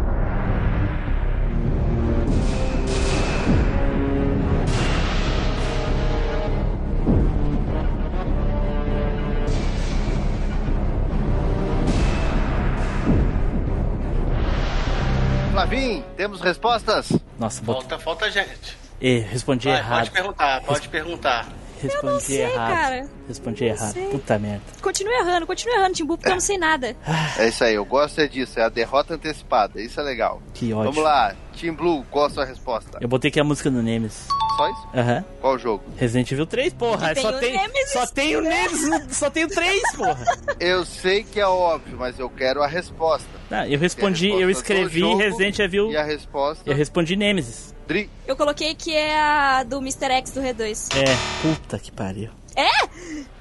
Speaker 3: Flavim, temos respostas?
Speaker 4: Nossa, bot-
Speaker 6: Falta, falta gente.
Speaker 4: Eh, respondi
Speaker 6: Vai,
Speaker 4: errado.
Speaker 6: pode perguntar, pode perguntar.
Speaker 4: Respondi
Speaker 5: sei,
Speaker 4: errado.
Speaker 5: cara.
Speaker 4: Respondi
Speaker 5: Eu não
Speaker 4: errado.
Speaker 5: sei.
Speaker 4: Puta merda.
Speaker 5: Continua errando, continua errando, Timbu, porque eu não sei nada.
Speaker 3: É isso aí, eu gosto é disso, é a derrota antecipada, isso é legal.
Speaker 4: Que ótimo.
Speaker 3: Vamos lá, Team Blue, qual a sua resposta?
Speaker 4: Eu botei aqui a música do Nemesis.
Speaker 3: Só isso?
Speaker 4: Aham.
Speaker 3: Qual jogo?
Speaker 4: Resident Evil 3, porra.
Speaker 5: tem
Speaker 4: só,
Speaker 5: o
Speaker 4: tem,
Speaker 5: Nemesis.
Speaker 4: só tem o Nemesis, no- só tem o 3, porra.
Speaker 3: Eu sei que é óbvio, mas eu quero a resposta.
Speaker 4: Não, Ah, eu
Speaker 3: E
Speaker 4: respondi,
Speaker 3: a resposta
Speaker 4: eu
Speaker 3: do
Speaker 4: escrevi
Speaker 3: jogo
Speaker 4: Resident Evil.
Speaker 3: E a resposta.
Speaker 4: Eu respondi Nemesis.
Speaker 3: Dri-
Speaker 5: Eu coloquei que é a do Mr. X do R2.
Speaker 4: É, puta que pariu.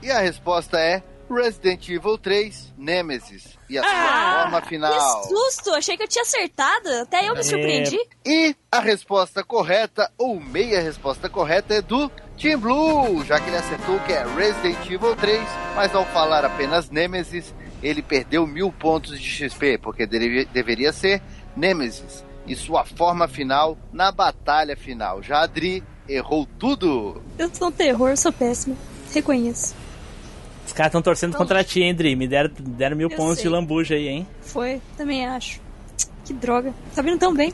Speaker 3: E a resposta é Resident Evil 3 Nemesis. E a sua forma final.
Speaker 5: Ah! Que susto! Achei que eu tinha acertado. Até eu me surpreendi.
Speaker 3: E a resposta correta, ou meia resposta correta, é do Team Blue, já que ele acertou que é Resident Evil 3, mas ao falar apenas Nemesis, ele perdeu mil pontos de XP, porque deve- deveria ser Nemesis. E sua forma final na batalha final. Já a Dri errou tudo.
Speaker 5: Eu sou um terror, eu sou péssima. Reconheço.
Speaker 4: Os caras estão torcendo contra ti, hein, Dri? Me deram, me deram mil
Speaker 5: Então- Eu
Speaker 4: pontos de
Speaker 5: sei.
Speaker 4: lambuja aí, hein?
Speaker 5: Foi, também acho. Que droga. Tá vindo tão bem.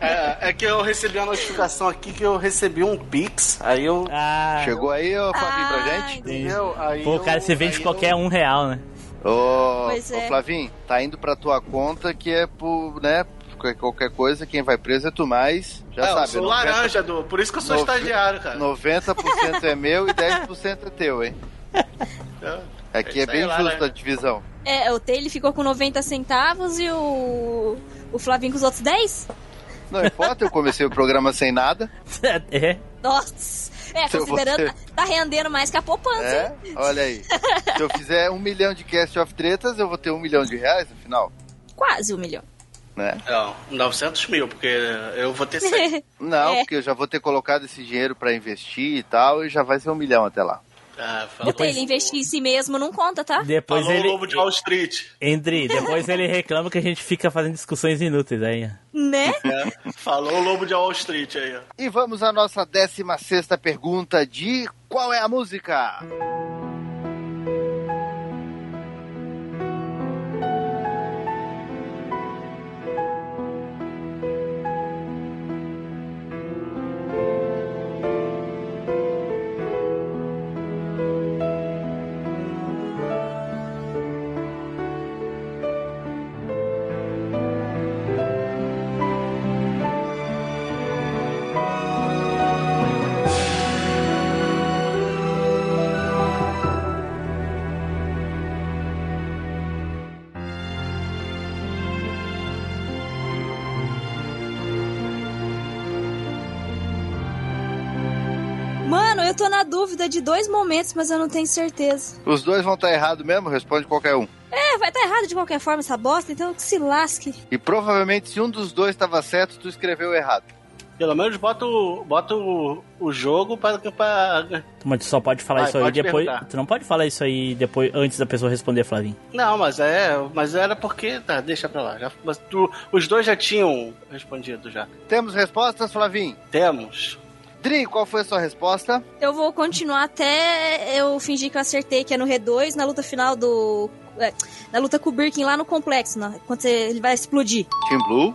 Speaker 6: É, é que eu recebi uma notificação aqui que eu recebi um Pix, aí eu.
Speaker 4: Ah,
Speaker 3: Chegou aí, ô Flavinho, pra
Speaker 5: Ah,
Speaker 3: gente?
Speaker 4: entendi.
Speaker 6: entendeu? Aí
Speaker 4: Pô,
Speaker 6: eu-
Speaker 4: cara, você vende
Speaker 6: aí
Speaker 4: qualquer
Speaker 6: eu-
Speaker 4: um real, né?
Speaker 3: Ô,
Speaker 5: Pois é.
Speaker 3: ô, Flavinho, tá indo pra tua conta que é por, né, por qualquer coisa, quem vai preso é tu, mas já
Speaker 6: Ah, eu
Speaker 3: sabe.
Speaker 6: sou
Speaker 3: 90
Speaker 6: laranja, Du. Por isso que eu sou
Speaker 3: Nove-
Speaker 6: estagiário, cara.
Speaker 3: 90% é meu e 10% é teu, hein? Aqui é
Speaker 6: Sei
Speaker 3: bem
Speaker 6: lá,
Speaker 3: justa
Speaker 6: né?
Speaker 3: a divisão.
Speaker 5: É, o Taylor ficou com 90 centavos e o. O Flavinho com os outros 10?
Speaker 3: Não importa, eu comecei o programa sem nada.
Speaker 4: é.
Speaker 5: Nossa! É,
Speaker 3: Se eu
Speaker 5: considerando.
Speaker 3: fosse-
Speaker 5: Tá rendendo mais que a poupança,
Speaker 3: É,
Speaker 5: hein?
Speaker 3: olha aí. Se eu fizer um milhão de cast of tretas, eu vou ter um milhão de reais no final,
Speaker 5: Quase um milhão.
Speaker 3: né?
Speaker 6: Não, 900 é, mil, porque eu vou ter saído.
Speaker 3: Não,
Speaker 5: É.
Speaker 3: porque eu já vou ter colocado esse dinheiro pra investir e tal, e já vai ser um milhão até lá.
Speaker 5: O
Speaker 6: Ah, fala-
Speaker 5: Taylor investir em si mesmo não conta, tá?
Speaker 4: Depois
Speaker 6: Falou
Speaker 4: ele.
Speaker 6: o lobo de Wall Street.
Speaker 4: Andri, depois ele reclama que a gente fica fazendo discussões inúteis aí. ó.
Speaker 5: Né?
Speaker 6: né? Falou o lobo de Wall Street aí, ó.
Speaker 3: E vamos à nossa 16 sexta pergunta de qual é a música?
Speaker 5: Mano, eu tô na dúvida de dois momentos, mas eu não tenho certeza.
Speaker 3: Os dois vão estar errados mesmo, responde qualquer um.
Speaker 5: É, vai tá errado de qualquer forma essa bosta, então que se lasque.
Speaker 3: E provavelmente se um dos dois estava certo, tu escreveu errado.
Speaker 6: Pelo menos bota o, bota o, o jogo pra, pra.
Speaker 4: Mas tu só pode falar
Speaker 6: Vai,
Speaker 4: isso aí
Speaker 6: pode
Speaker 4: depois.
Speaker 6: perguntar.
Speaker 4: Tu não pode falar isso aí depois antes da pessoa responder, Flavinho.
Speaker 6: Não, mas é. Mas era porque. Tá, deixa pra lá. Já, mas tu- os dois já tinham respondido já.
Speaker 3: Temos respostas, Flavinho?
Speaker 6: Temos.
Speaker 3: Dri, qual foi a sua resposta?
Speaker 5: Eu vou continuar até eu fingir que eu acertei, que é no R2, na luta final do. é, na luta com o Birkin lá no complexo, né? quando você- ele vai explodir.
Speaker 3: Team Blue.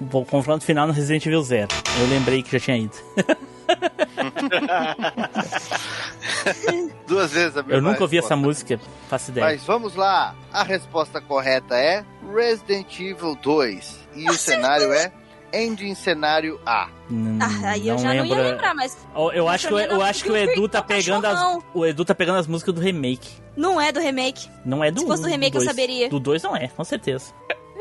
Speaker 4: Bom, confronto final no Resident Evil Zero. Eu lembrei que já tinha ido.
Speaker 3: Duas vezes a mesma
Speaker 4: Eu nunca ouvi
Speaker 3: resposta.
Speaker 4: essa música, faço ideia.
Speaker 3: Mas vamos lá. A resposta correta é Resident Evil 2. E o cenário é Ending Cenário A.
Speaker 4: Hum,
Speaker 5: Ah, aí eu já não ia lembrar, mas
Speaker 4: Eu, eu acho que,
Speaker 5: é
Speaker 4: eu, eu acho que o Edu tá pegando as, o Edu tá pegando as músicas do remake.
Speaker 5: não é do remake.
Speaker 4: Não é do
Speaker 5: Se
Speaker 4: 1,
Speaker 5: fosse do remake, eu
Speaker 4: dois.
Speaker 5: saberia.
Speaker 4: Do 2 não é, com certeza.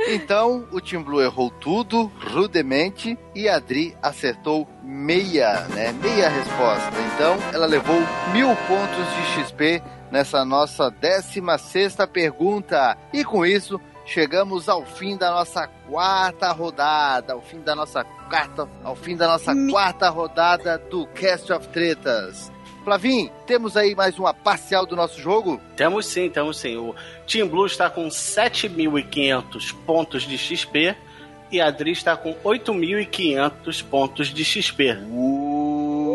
Speaker 3: Então, o Team Blue errou tudo, rudemente, e a Dri acertou meia, né? Meia resposta. Então, ela levou mil pontos de XP nessa nossa 16 sexta pergunta. E com isso, chegamos ao fim da nossa quarta rodada, ao fim da nossa quarta, ao fim da nossa quarta rodada do Cast of Tretas. Flavim, temos aí mais uma parcial do nosso jogo?
Speaker 6: Temos sim, temos sim. O Team Blue está com 7.500 pontos de XP e a Adri está com 8.500 pontos de XP.
Speaker 3: Uh,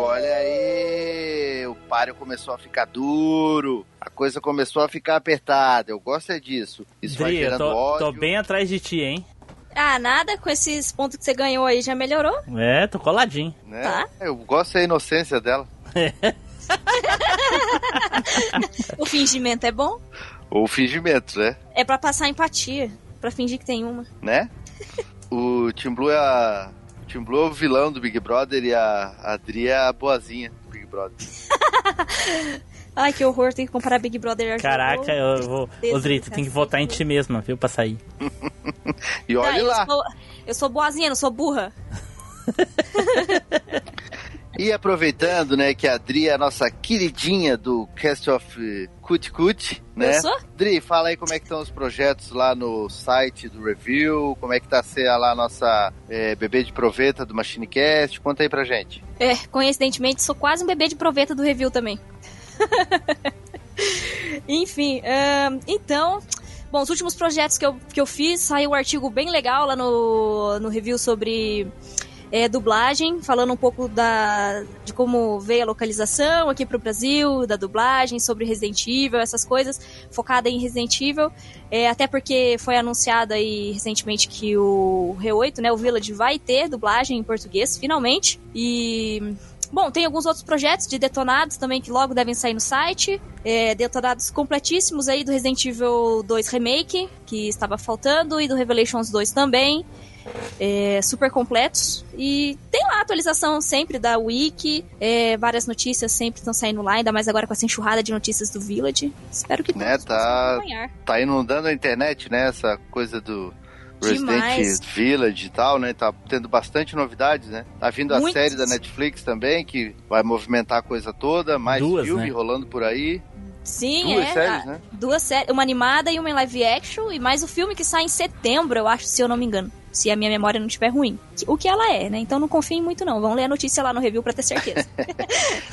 Speaker 3: olha aí, o páreo começou a ficar duro, a coisa começou a ficar apertada. Eu gosto é disso. Isso vai
Speaker 4: Dri, eu
Speaker 3: gerando
Speaker 4: tô,
Speaker 3: ódio.
Speaker 4: tô bem atrás de ti, hein?
Speaker 5: Ah, nada com esses pontos que você ganhou aí. Já melhorou?
Speaker 4: É, tô coladinho.
Speaker 3: né?
Speaker 5: Tá.
Speaker 3: Eu gosto da inocência dela.
Speaker 5: O fingimento é bom?
Speaker 3: Ou fingimento, né?
Speaker 5: É pra passar empatia. Pra fingir que tem uma.
Speaker 3: né? O Tim Blue é a... O Tim Blue é o vilão do Big Brother e a a Adri é a boazinha do Big Brother.
Speaker 5: Ai, que horror. Tem que comparar Big Brother e Arthur.
Speaker 4: Caraca, eu vou.
Speaker 5: Tristeza,
Speaker 4: Osri, tu tem que
Speaker 5: cara.
Speaker 4: votar em ti mesma, viu, pra sair.
Speaker 3: E
Speaker 5: Não,
Speaker 3: olha
Speaker 5: Tá, eu
Speaker 3: lá.
Speaker 5: sou- eu sou boazinha, não sou burra.
Speaker 3: E aproveitando, né, que a Adri é a nossa queridinha do Cast of Cut Cut, né?
Speaker 5: Eu sou?
Speaker 3: Adri, fala aí como é que estão os projetos lá no site do Review, como é que tá sendo lá a nossa eh, bebê de proveta do Machine Cast, conta aí pra gente.
Speaker 5: É, coincidentemente, sou quase um bebê de proveta do review também. Enfim, ahn, então. Bom, os últimos projetos que eu, que eu fiz, saiu um artigo bem legal lá no, no review sobre é, dublagem, falando um pouco da, de como veio a localização aqui pro Brasil, da dublagem, sobre Resident Evil, essas coisas, focada em Resident Evil. É, até porque foi anunciado aí recentemente que o Re8, né, o Village, vai ter dublagem em português, finalmente. E. Bom, tem alguns outros projetos de detonados também que logo devem sair no site. É, detonados completíssimos aí do Resident Evil 2 Remake, que estava faltando, e do Revelations 2 também. É, super completos. E tem lá a atualização sempre da Wiki. é, várias notícias sempre estão saindo lá, ainda mais agora com essa enxurrada de notícias do Village. Espero que todos
Speaker 3: Né, tá-
Speaker 5: possam acompanhar.
Speaker 3: Tá inundando a internet, né, essa coisa do Resident
Speaker 5: Demais.
Speaker 3: Village e tal, né? Tá tendo bastante novidades, né? Tá vindo a
Speaker 5: Muitas.
Speaker 3: série da Netflix também, que vai movimentar a coisa toda, mais
Speaker 4: Duas,
Speaker 3: filme
Speaker 4: né?
Speaker 3: rolando por aí.
Speaker 5: Sim,
Speaker 3: Duas
Speaker 5: é.
Speaker 3: séries,
Speaker 5: a-
Speaker 3: né?
Speaker 5: Duas séries, uma animada e uma em live action, e mais o filme que sai em setembro, eu acho, se eu não me engano. Se a minha memória não estiver ruim. Que- O que ela é, né? Então não confiem muito, não. Vão ler a notícia lá no review pra ter certeza.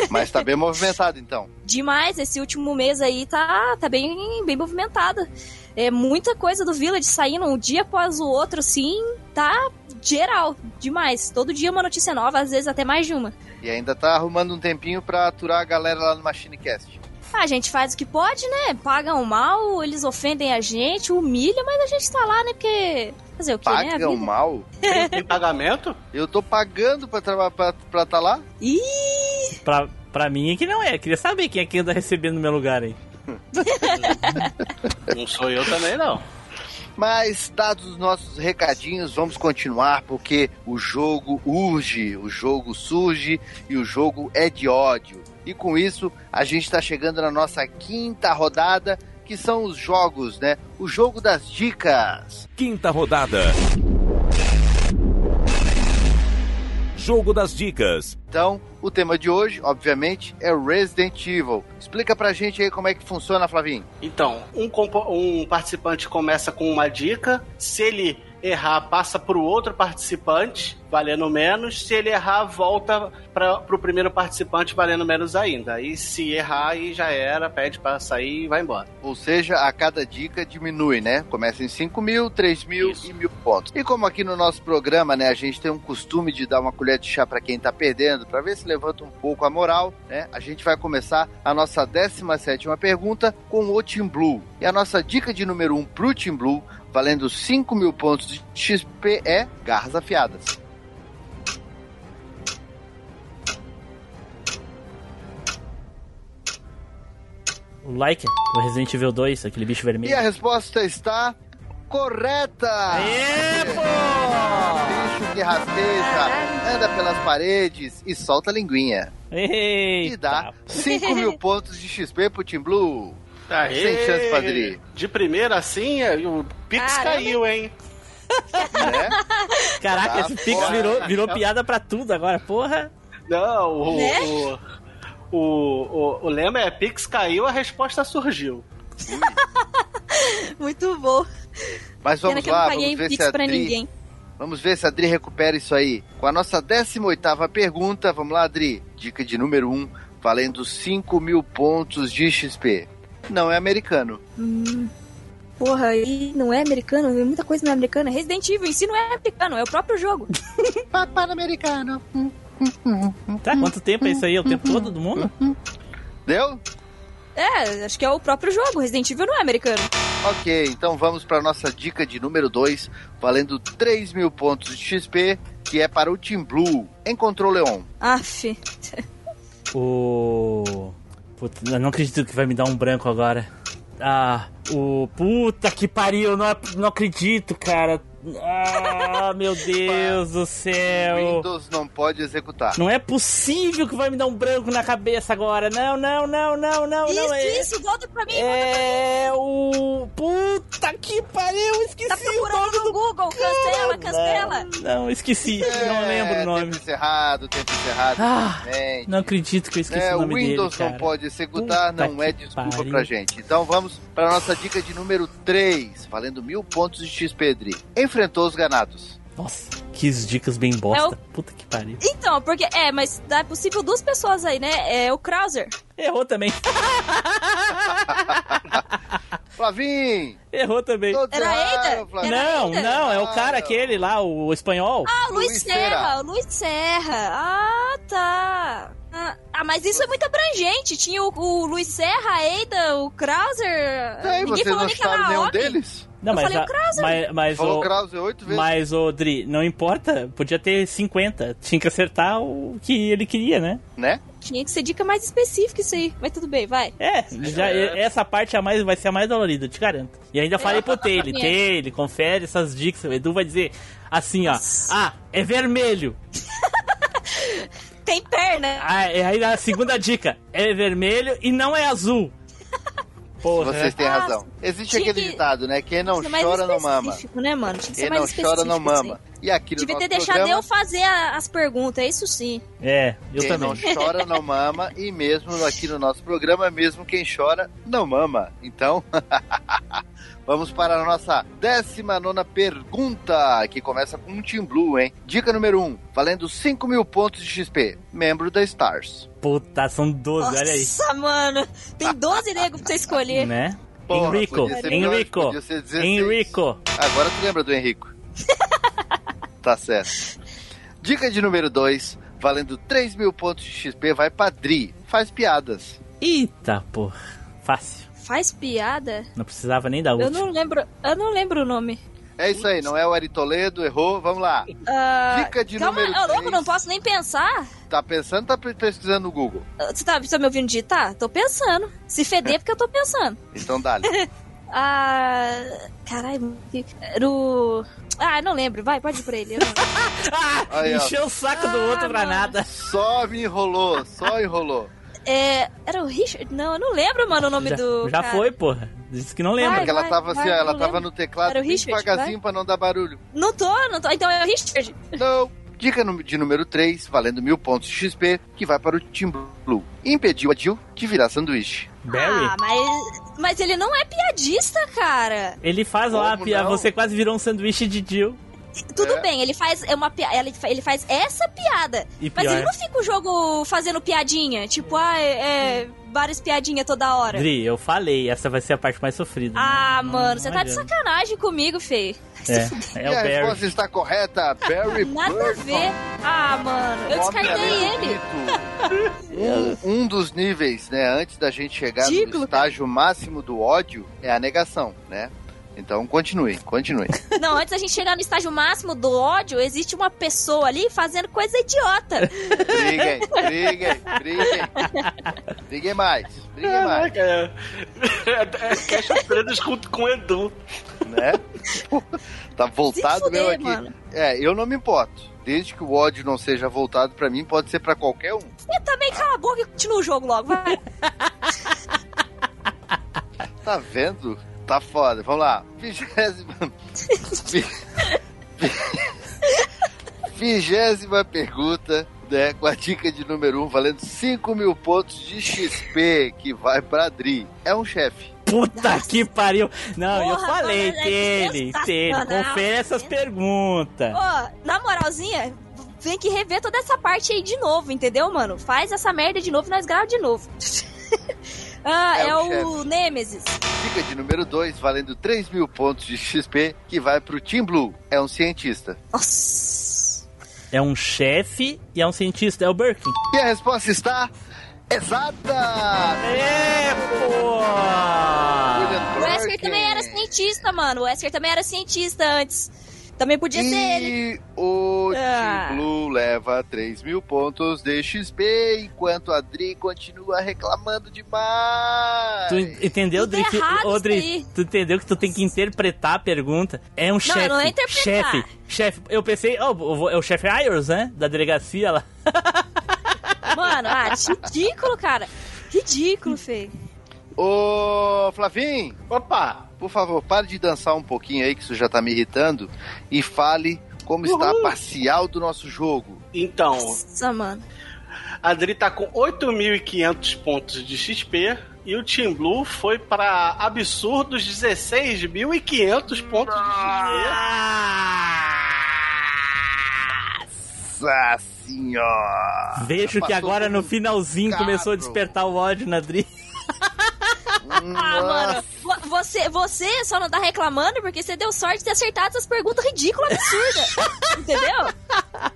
Speaker 3: Mas tá bem movimentado, então.
Speaker 5: Demais, esse último mês aí tá, tá bem, bem movimentada. É muita coisa do Village saindo um dia após o outro, assim, tá geral, demais. Todo dia uma notícia nova, às vezes até mais de uma.
Speaker 3: E ainda tá arrumando um tempinho pra aturar a galera lá no Machine Cast.
Speaker 5: A gente faz o que pode, né? Pagam mal, eles ofendem a gente, humilham, mas a gente tá lá, né? Porque. Fazer o quê, né? A
Speaker 3: Pagam
Speaker 5: vida-
Speaker 3: mal?
Speaker 6: Tem, tem pagamento?
Speaker 3: Eu tô pagando pra estar pra, pra tá lá?
Speaker 5: Ih,
Speaker 4: Pra, pra mim é que não é. Queria saber quem é que anda recebendo no meu lugar aí.
Speaker 6: Não sou eu também, não.
Speaker 3: Mas, dados os nossos recadinhos, vamos continuar porque o jogo urge, o jogo surge e o jogo é de ódio. E com isso, a gente está chegando na nossa quinta rodada, que são os jogos, né? O jogo das dicas.
Speaker 7: Quinta rodada. Jogo das dicas.
Speaker 3: Então, o tema de hoje, obviamente, é Resident Evil. Explica pra gente aí como é que funciona, Flavinho.
Speaker 6: Então, um, compo- um participante começa com uma dica. Se ele errar, passa para o outro participante, valendo menos. Se ele errar, volta para o primeiro participante, valendo menos ainda. Aí, se errar, aí já era, pede para sair e vai embora.
Speaker 3: Ou seja, a cada dica diminui, né? Começa em 5 mil, 3 mil
Speaker 6: Isso.
Speaker 3: e mil pontos. E como aqui no nosso programa, né, a gente tem um costume de dar uma colher de chá para quem tá perdendo, para ver se levanta um pouco a moral, né? A gente vai começar a nossa 17 pergunta com o Team Blue. E a nossa dica de número 1 um pro Team Blue, valendo 5 mil pontos de XP, é garras afiadas.
Speaker 4: O like, o Resident Evil 2, aquele bicho
Speaker 3: E
Speaker 4: vermelho.
Speaker 3: a resposta está correta!
Speaker 4: Aê, É, pô!
Speaker 3: Bicho que rasteja, anda pelas paredes e solta a linguinha. E dá
Speaker 4: Eita,
Speaker 3: 5 mil pontos de XP pro Team Blue.
Speaker 6: Aê!
Speaker 3: Sem chance, Padre.
Speaker 6: De primeira, assim, aí o Pix
Speaker 5: Caramba.
Speaker 6: caiu, hein?
Speaker 3: Né?
Speaker 4: Caraca,
Speaker 3: Tá
Speaker 4: esse Pix
Speaker 3: fora.
Speaker 4: virou, virou piada pra tudo agora, porra.
Speaker 6: Não, o,
Speaker 5: Né?
Speaker 6: o, o, o- o lema é Pix caiu, a resposta surgiu.
Speaker 5: muito bom.
Speaker 3: Mas
Speaker 5: Pena
Speaker 3: vamos
Speaker 5: que eu não
Speaker 3: lá,
Speaker 5: paguei
Speaker 3: vamos ver, se é
Speaker 5: Pix
Speaker 3: a
Speaker 5: pra
Speaker 3: Adri,
Speaker 5: ninguém.
Speaker 3: vamos ver se a Adri recupera isso aí. Com a nossa 18ª pergunta, vamos lá, Adri. Dica de número 1, valendo 5 mil pontos de XP. Não é americano.
Speaker 5: Porra, e não é americano? Muita coisa não é americana. Resident Evil em si não é americano, é o próprio jogo.
Speaker 3: Pan-americano.
Speaker 4: Tá, quanto tempo é isso aí? É o tempo todo do mundo?
Speaker 3: Deu?
Speaker 5: É, acho que é o próprio jogo. Resident Evil não é americano.
Speaker 3: Ok, então vamos para nossa dica de número 2, valendo 3 mil pontos de XP, que é para o Team Blue. Encontrou Leon.
Speaker 5: Aff.
Speaker 4: O. Puta, eu não acredito que vai me dar um branco agora. Ah, o. Puta que pariu, eu não, não acredito, cara. Ah, meu Deus do céu.
Speaker 3: Windows não pode executar.
Speaker 4: É Não é possível que vai me dar um branco na cabeça agora. Não, não, não, não, não,
Speaker 5: Isso,
Speaker 4: não. É,
Speaker 5: isso, volta pra mim.
Speaker 4: é o. Puta que pariu, esqueci
Speaker 5: Tá
Speaker 4: o
Speaker 5: procurando
Speaker 4: nome do.
Speaker 5: no
Speaker 4: né?
Speaker 5: Google, cancela, cancela.
Speaker 4: Não, não, esqueci,
Speaker 5: É,
Speaker 4: não lembro o nome.
Speaker 3: É, Tempo encerrado, tempo encerrado.
Speaker 4: Ah,
Speaker 3: gente.
Speaker 4: Não acredito que eu esqueci
Speaker 3: É,
Speaker 4: o
Speaker 3: o
Speaker 4: nome
Speaker 3: Windows
Speaker 4: dele,
Speaker 3: não
Speaker 4: cara.
Speaker 3: pode executar,
Speaker 4: Puta
Speaker 3: não é
Speaker 4: que
Speaker 3: desculpa
Speaker 4: pariu.
Speaker 3: pra gente. Então vamos pra nossa dica de número 3, valendo mil pontos de XP, Dri. Enfrentou os ganados.
Speaker 4: Nossa, que dicas bem
Speaker 5: É
Speaker 4: bosta.
Speaker 5: o-
Speaker 4: Puta que pariu.
Speaker 5: Então, porque. É, mas dá possível duas pessoas aí, né? É o Krauser.
Speaker 4: Errou também.
Speaker 3: Flavim!
Speaker 4: Errou também.
Speaker 3: todos
Speaker 5: Era
Speaker 3: erraram,
Speaker 5: Ada?
Speaker 3: Flavim.
Speaker 5: Era
Speaker 4: Não,
Speaker 5: ainda?
Speaker 4: não, é o
Speaker 3: Claro.
Speaker 4: cara aquele lá, o espanhol.
Speaker 5: Ah, o Luiz,
Speaker 3: Luiz Serra.
Speaker 5: Serra. o Luiz Serra. Ah, tá. Ah, ah, mas isso é muito abrangente. Tinha o, o Luiz Serra, a Eida, o Krauser.
Speaker 3: E aí, vocês
Speaker 5: Ninguém falou
Speaker 3: não
Speaker 5: nem que era
Speaker 3: chutaram nenhum
Speaker 5: homem.
Speaker 3: deles?
Speaker 4: não,
Speaker 5: eu
Speaker 4: mas,
Speaker 5: falei o
Speaker 4: a-
Speaker 5: Krauser.
Speaker 4: mas, mas
Speaker 3: Falou
Speaker 4: o
Speaker 3: Krause oito vezes.
Speaker 4: mas o Dri, não importa, podia ter 50, tinha que acertar o que ele queria, né?
Speaker 3: Né?
Speaker 5: Tinha que ser dica mais específica isso aí. Mas tudo bem, vai.
Speaker 4: É, já e- essa parte é a mais, vai ser a mais dolorida, eu te garanto. E ainda falei pro Tele, Tele, confere essas dicas, o Edu vai dizer assim, ó, ah, é vermelho.
Speaker 5: Tem perna.
Speaker 4: Ah, e aí a segunda dica, é vermelho e não é azul. Porra.
Speaker 3: Vocês têm
Speaker 5: Ah,
Speaker 3: razão. Existe
Speaker 5: tinha
Speaker 3: aquele
Speaker 5: que-
Speaker 3: ditado, né? Quem não
Speaker 5: Isso é mais
Speaker 3: chora não mama.
Speaker 5: específico, né, mano? Tinha que ser
Speaker 3: Quem
Speaker 5: mais
Speaker 3: não
Speaker 5: específico.
Speaker 3: chora não
Speaker 5: isso aí.
Speaker 3: mama. E aqui no
Speaker 5: Devia
Speaker 3: nosso
Speaker 5: ter deixado
Speaker 3: programa,
Speaker 5: eu fazer a- as perguntas, isso sim.
Speaker 4: É, eu
Speaker 3: quem
Speaker 4: também.
Speaker 3: não chora não mama. E mesmo aqui no nosso programa, mesmo quem chora não mama. Então, vamos para a nossa 19 pergunta, que começa com um Team Blue, hein? Dica número 1, valendo 5 mil pontos de XP. Membro da Stars.
Speaker 4: Puta, são 12, olha aí.
Speaker 5: Nossa, mano. Tem 12 negros pra você escolher.
Speaker 4: Né?
Speaker 3: Porra,
Speaker 4: Enrico,
Speaker 3: podia ser pior,
Speaker 4: Enrico,
Speaker 3: podia ser 16.
Speaker 4: Enrico.
Speaker 3: Agora tu lembra do Henrico. tá certo. Dica de número 2, valendo 3 mil pontos de XP, vai pra Dri. Faz piadas.
Speaker 4: Eita, porra. Fácil.
Speaker 5: Faz piada?
Speaker 4: Não precisava nem da
Speaker 5: Eu
Speaker 4: última.
Speaker 5: não lembro. Eu não lembro o nome.
Speaker 3: É isso aí, não é o Ari Toledo, errou, vamos lá.
Speaker 5: Ah,
Speaker 3: Dica de
Speaker 5: calma,
Speaker 3: número
Speaker 5: eu louco,
Speaker 3: três.
Speaker 5: não posso nem pensar.
Speaker 3: Tá pensando, tá pe- pesquisando no Google.
Speaker 5: Ah, Você tá, você tá me ouvindo digitar? Tô pensando. Se feder, porque eu tô pensando.
Speaker 3: Então dá-lhe.
Speaker 5: Ah. Caralho, que- era o. Ah, não lembro. Vai, pode ir pra ele. eu não-
Speaker 4: Ah,
Speaker 3: Aí, ó.
Speaker 4: encheu o saco do
Speaker 5: Ah,
Speaker 4: outro pra
Speaker 5: mano.
Speaker 4: nada.
Speaker 3: Só me enrolou, só enrolou.
Speaker 5: É, era o Richard? Não, eu não lembro, mano, o nome
Speaker 4: já
Speaker 5: do.
Speaker 4: já
Speaker 5: cara.
Speaker 4: foi, porra. Disse que não lembra.
Speaker 5: Vai,
Speaker 3: Porque ela
Speaker 5: vai,
Speaker 3: tava assim,
Speaker 5: vai,
Speaker 3: ó, ela
Speaker 5: não
Speaker 3: tava
Speaker 5: lembro.
Speaker 3: no teclado
Speaker 5: Era o
Speaker 3: bem
Speaker 5: Richard,
Speaker 3: devagarzinho pra não dar barulho.
Speaker 5: Não tô, não tô. Então é o Richard.
Speaker 3: Não. Dica nu- de número 3, valendo mil pontos de XP, que vai para o Team Blue. Impediu a Jill de virar sanduíche.
Speaker 4: Barry?
Speaker 5: Ah, mas. Mas ele não é piadista, cara.
Speaker 4: Ele faz lá a
Speaker 3: Como
Speaker 4: pia-
Speaker 3: não?
Speaker 4: Você quase virou um sanduíche de Jill.
Speaker 5: Tudo
Speaker 3: É.
Speaker 5: bem, ele faz é uma pia- ele fa- ele faz essa piada.
Speaker 4: E
Speaker 5: Mas
Speaker 4: pior.
Speaker 5: ele não fica o jogo fazendo piadinha, tipo, ah, é, é, várias piadinhas toda hora.
Speaker 4: Dri, eu falei, essa vai ser a parte mais sofrida.
Speaker 5: Ah,
Speaker 4: Não- não-
Speaker 5: mano,
Speaker 4: não
Speaker 5: você tá de
Speaker 4: adianta.
Speaker 5: sacanagem comigo, Fê.
Speaker 4: É, é
Speaker 3: e a
Speaker 4: o Barry.
Speaker 3: resposta está correta, Barry
Speaker 5: Nada a
Speaker 3: Burton.
Speaker 5: ver. Ah, mano, eu descartei ele.
Speaker 3: ele. Um, um dos níveis, né, antes da gente chegar no
Speaker 5: Ridículo,
Speaker 3: estágio máximo do ódio, é a negação, né? Então continue, continue.
Speaker 5: Não, antes da gente chegar no estágio máximo do ódio, existe uma pessoa ali fazendo coisa idiota.
Speaker 3: briguem, briguem, briguem. Briguem mais, briguem mais,
Speaker 6: Caraca, é. É Cash of Tretas com, com Edu.
Speaker 3: né? Tá
Speaker 5: Se
Speaker 3: voltado meu
Speaker 5: fuder,
Speaker 3: aqui.
Speaker 5: mano.
Speaker 3: É, eu não me importo. Desde que o ódio não seja voltado pra mim, pode ser pra qualquer um.
Speaker 5: E também cala a boca e continua o jogo logo, vai.
Speaker 3: Tá vendo? Tá foda. Vamos lá. Vigésima. Vigésima pergunta, né? Com a dica de número 1, um, valendo 5 mil pontos de XP, que vai pra Dri. É um chefe.
Speaker 4: Puta que pariu. Não, eu
Speaker 5: Porra,
Speaker 4: falei,
Speaker 5: mano, é
Speaker 4: Tele, Tele,
Speaker 5: sensacional. Oh.
Speaker 4: confere essas perguntas.
Speaker 5: Ó, na moralzinha, tem que rever toda essa parte aí de novo, entendeu, mano? Faz essa merda de novo e nós gravamos de novo. ah,
Speaker 3: É
Speaker 5: é,
Speaker 3: o
Speaker 5: o Nemesis.
Speaker 3: Dica de número 2, valendo 3 mil pontos de XP, que vai pro Team Blue. É um cientista.
Speaker 5: Nossa.
Speaker 4: É um chefe e é um cientista, é o Birkin.
Speaker 3: E a resposta está exata!
Speaker 4: É, pô!
Speaker 3: William
Speaker 5: O Wesker
Speaker 3: Birkin.
Speaker 5: também era cientista. cientista, mano. O Wesker também era cientista antes. Também podia ser ele.
Speaker 3: E o
Speaker 5: Ah.
Speaker 3: Team Blue leva 3 mil pontos de XP, enquanto a Dri continua reclamando demais.
Speaker 4: Tu en- entendeu,
Speaker 5: Tudo
Speaker 4: Dri?
Speaker 5: errado
Speaker 4: Ô,
Speaker 5: isso
Speaker 4: Dri,
Speaker 5: aí.
Speaker 4: tu entendeu que tu tem que interpretar a pergunta? É um chefe.
Speaker 5: não é interpretar.
Speaker 4: Chefe, chefe. Eu pensei, ó, eu vou- é o chefe Ayers, né? Da delegacia lá.
Speaker 5: Mano, ah, ridículo, cara. Ridículo, Fê.
Speaker 3: Ô, Flavinho,
Speaker 6: Opa!
Speaker 3: por favor, pare de dançar um pouquinho aí, que isso já tá me irritando, e fale como está a parcial do nosso jogo.
Speaker 6: Então,
Speaker 5: Nossa, mano.
Speaker 6: a Dri tá com 8.500 pontos de XP e o Team Blue foi pra absurdos 16.500 pontos de XP.
Speaker 3: Nossa senhora!
Speaker 4: Vejo que
Speaker 3: Ah, Passou
Speaker 4: agora
Speaker 3: por
Speaker 4: no
Speaker 3: um
Speaker 4: finalzinho começou a
Speaker 3: cabro.
Speaker 4: despertar o ódio na Dri.
Speaker 5: Ah, mano, vo- você, você só não tá reclamando porque você deu sorte de ter acertado essas perguntas ridículas, absurdas. entendeu?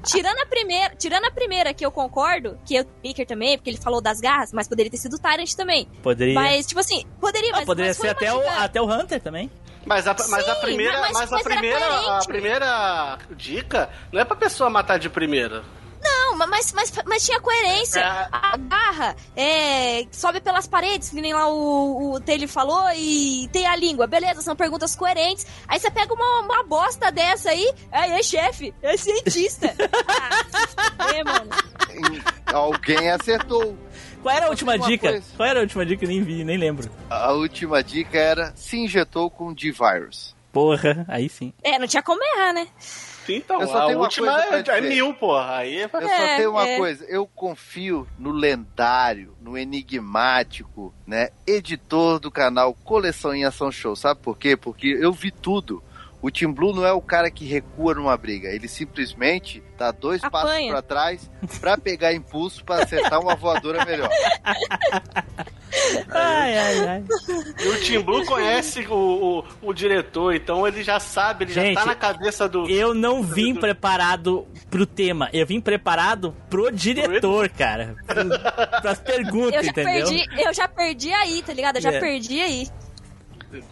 Speaker 5: Tirando a primeira, tirando a primeira que eu concordo, que eu Picker também, porque ele falou das garras, mas poderia ter sido o Tyrant também.
Speaker 4: Poderia.
Speaker 5: Mas, tipo assim, poderia,
Speaker 4: Ah,
Speaker 5: mas
Speaker 4: poderia
Speaker 5: mas foi
Speaker 4: ser até o,
Speaker 5: machucado.
Speaker 4: até o Hunter também.
Speaker 6: Mas a, mas a
Speaker 5: Sim,
Speaker 6: primeira,
Speaker 5: mas-
Speaker 6: mas, a
Speaker 5: mas era
Speaker 6: primeira, a
Speaker 5: carente.
Speaker 6: primeira dica não é pra pessoa matar de primeira.
Speaker 5: Não, ma- mas, mas, mas tinha coerência.
Speaker 6: É.
Speaker 5: A garra é, sobe pelas paredes, que nem lá o, o Taylor falou, e tem a língua. Beleza, são perguntas coerentes. Aí você pega uma, uma bosta dessa aí, aí é chefe, é cientista. ah, é, mano.
Speaker 3: Alguém acertou.
Speaker 4: Qual era a última
Speaker 3: uma
Speaker 4: dica?
Speaker 3: coisa.
Speaker 4: Qual era a última dica? Eu Nem vi, nem lembro.
Speaker 3: A última dica era se injetou com D-Virus.
Speaker 4: Porra, aí sim.
Speaker 5: É, não tinha como errar, né?
Speaker 6: Então,
Speaker 3: Eu só
Speaker 6: a
Speaker 3: tenho uma
Speaker 6: última
Speaker 3: coisa pra
Speaker 6: é, é
Speaker 3: dizer.
Speaker 6: mil, porra. Aí é
Speaker 3: Eu
Speaker 5: É,
Speaker 3: só tenho uma
Speaker 5: é.
Speaker 3: coisa, eu confio no lendário, no enigmático, né? Editor do canal Coleção em Ação Show. Sabe por quê? Porque eu vi tudo. O Tim Blue não é o cara que recua numa briga. Ele simplesmente dá dois passos
Speaker 5: Apanha.
Speaker 3: pra trás pra pegar impulso pra acertar uma voadora melhor.
Speaker 4: Ai, ai, ai.
Speaker 6: E o Tim Blue conhece o, o, o diretor, então ele já sabe, ele
Speaker 4: Gente,
Speaker 6: já tá na cabeça do.
Speaker 4: Eu não vim preparado pro tema. Eu vim preparado pro diretor, cara. Pro- Pras perguntas,
Speaker 5: Eu já,
Speaker 4: entendeu?
Speaker 5: perdi, eu já perdi aí, tá ligado? Eu já
Speaker 4: É.
Speaker 5: perdi aí.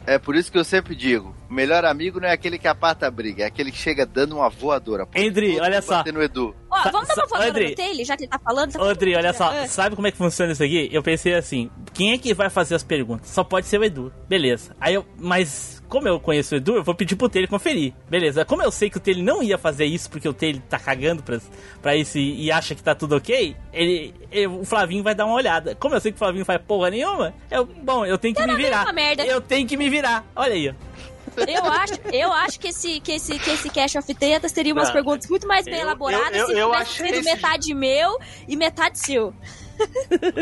Speaker 3: É por isso que eu sempre digo, o melhor amigo não é aquele que aparta a briga, é aquele que chega dando uma voadora. Pô,
Speaker 4: Andri,
Speaker 3: todo
Speaker 4: olha
Speaker 3: mundo
Speaker 4: só.
Speaker 3: batendo No Edu.
Speaker 5: Ó,
Speaker 4: Sa-
Speaker 5: vamos dar uma
Speaker 4: sa-
Speaker 5: voadora
Speaker 4: Andrei.
Speaker 5: no Taylor, já que ele tá falando. Tá
Speaker 4: Andri, olha só,
Speaker 5: É.
Speaker 4: sabe como é que funciona isso aqui? Eu pensei assim, quem é que vai fazer as perguntas? Só pode ser o Edu. Beleza. Aí eu, mas como eu conheço o Edu, eu vou pedir pro Tele conferir. Beleza. Como eu sei que o Tele não ia fazer isso porque o Tele tá cagando pra, pra isso e, e acha que tá tudo ok, ele, ele- o Flavinho vai dar uma olhada. Como eu sei que o Flavinho não faz porra nenhuma, eu, bom, eu tenho que
Speaker 5: Era
Speaker 4: me
Speaker 5: a Tá mesma
Speaker 4: virar.
Speaker 5: merda.
Speaker 4: Eu tenho que me virar. Olha aí, ó.
Speaker 5: Eu acho, eu acho que esse, que esse, que esse Cash of Tetas teria umas
Speaker 6: Não,
Speaker 5: perguntas muito mais bem
Speaker 6: Ah, eu-
Speaker 5: elaboradas
Speaker 6: eu- eu-
Speaker 5: se
Speaker 6: eu
Speaker 5: tivesse
Speaker 6: achei
Speaker 5: sido
Speaker 6: esse-
Speaker 5: metade meu e metade seu.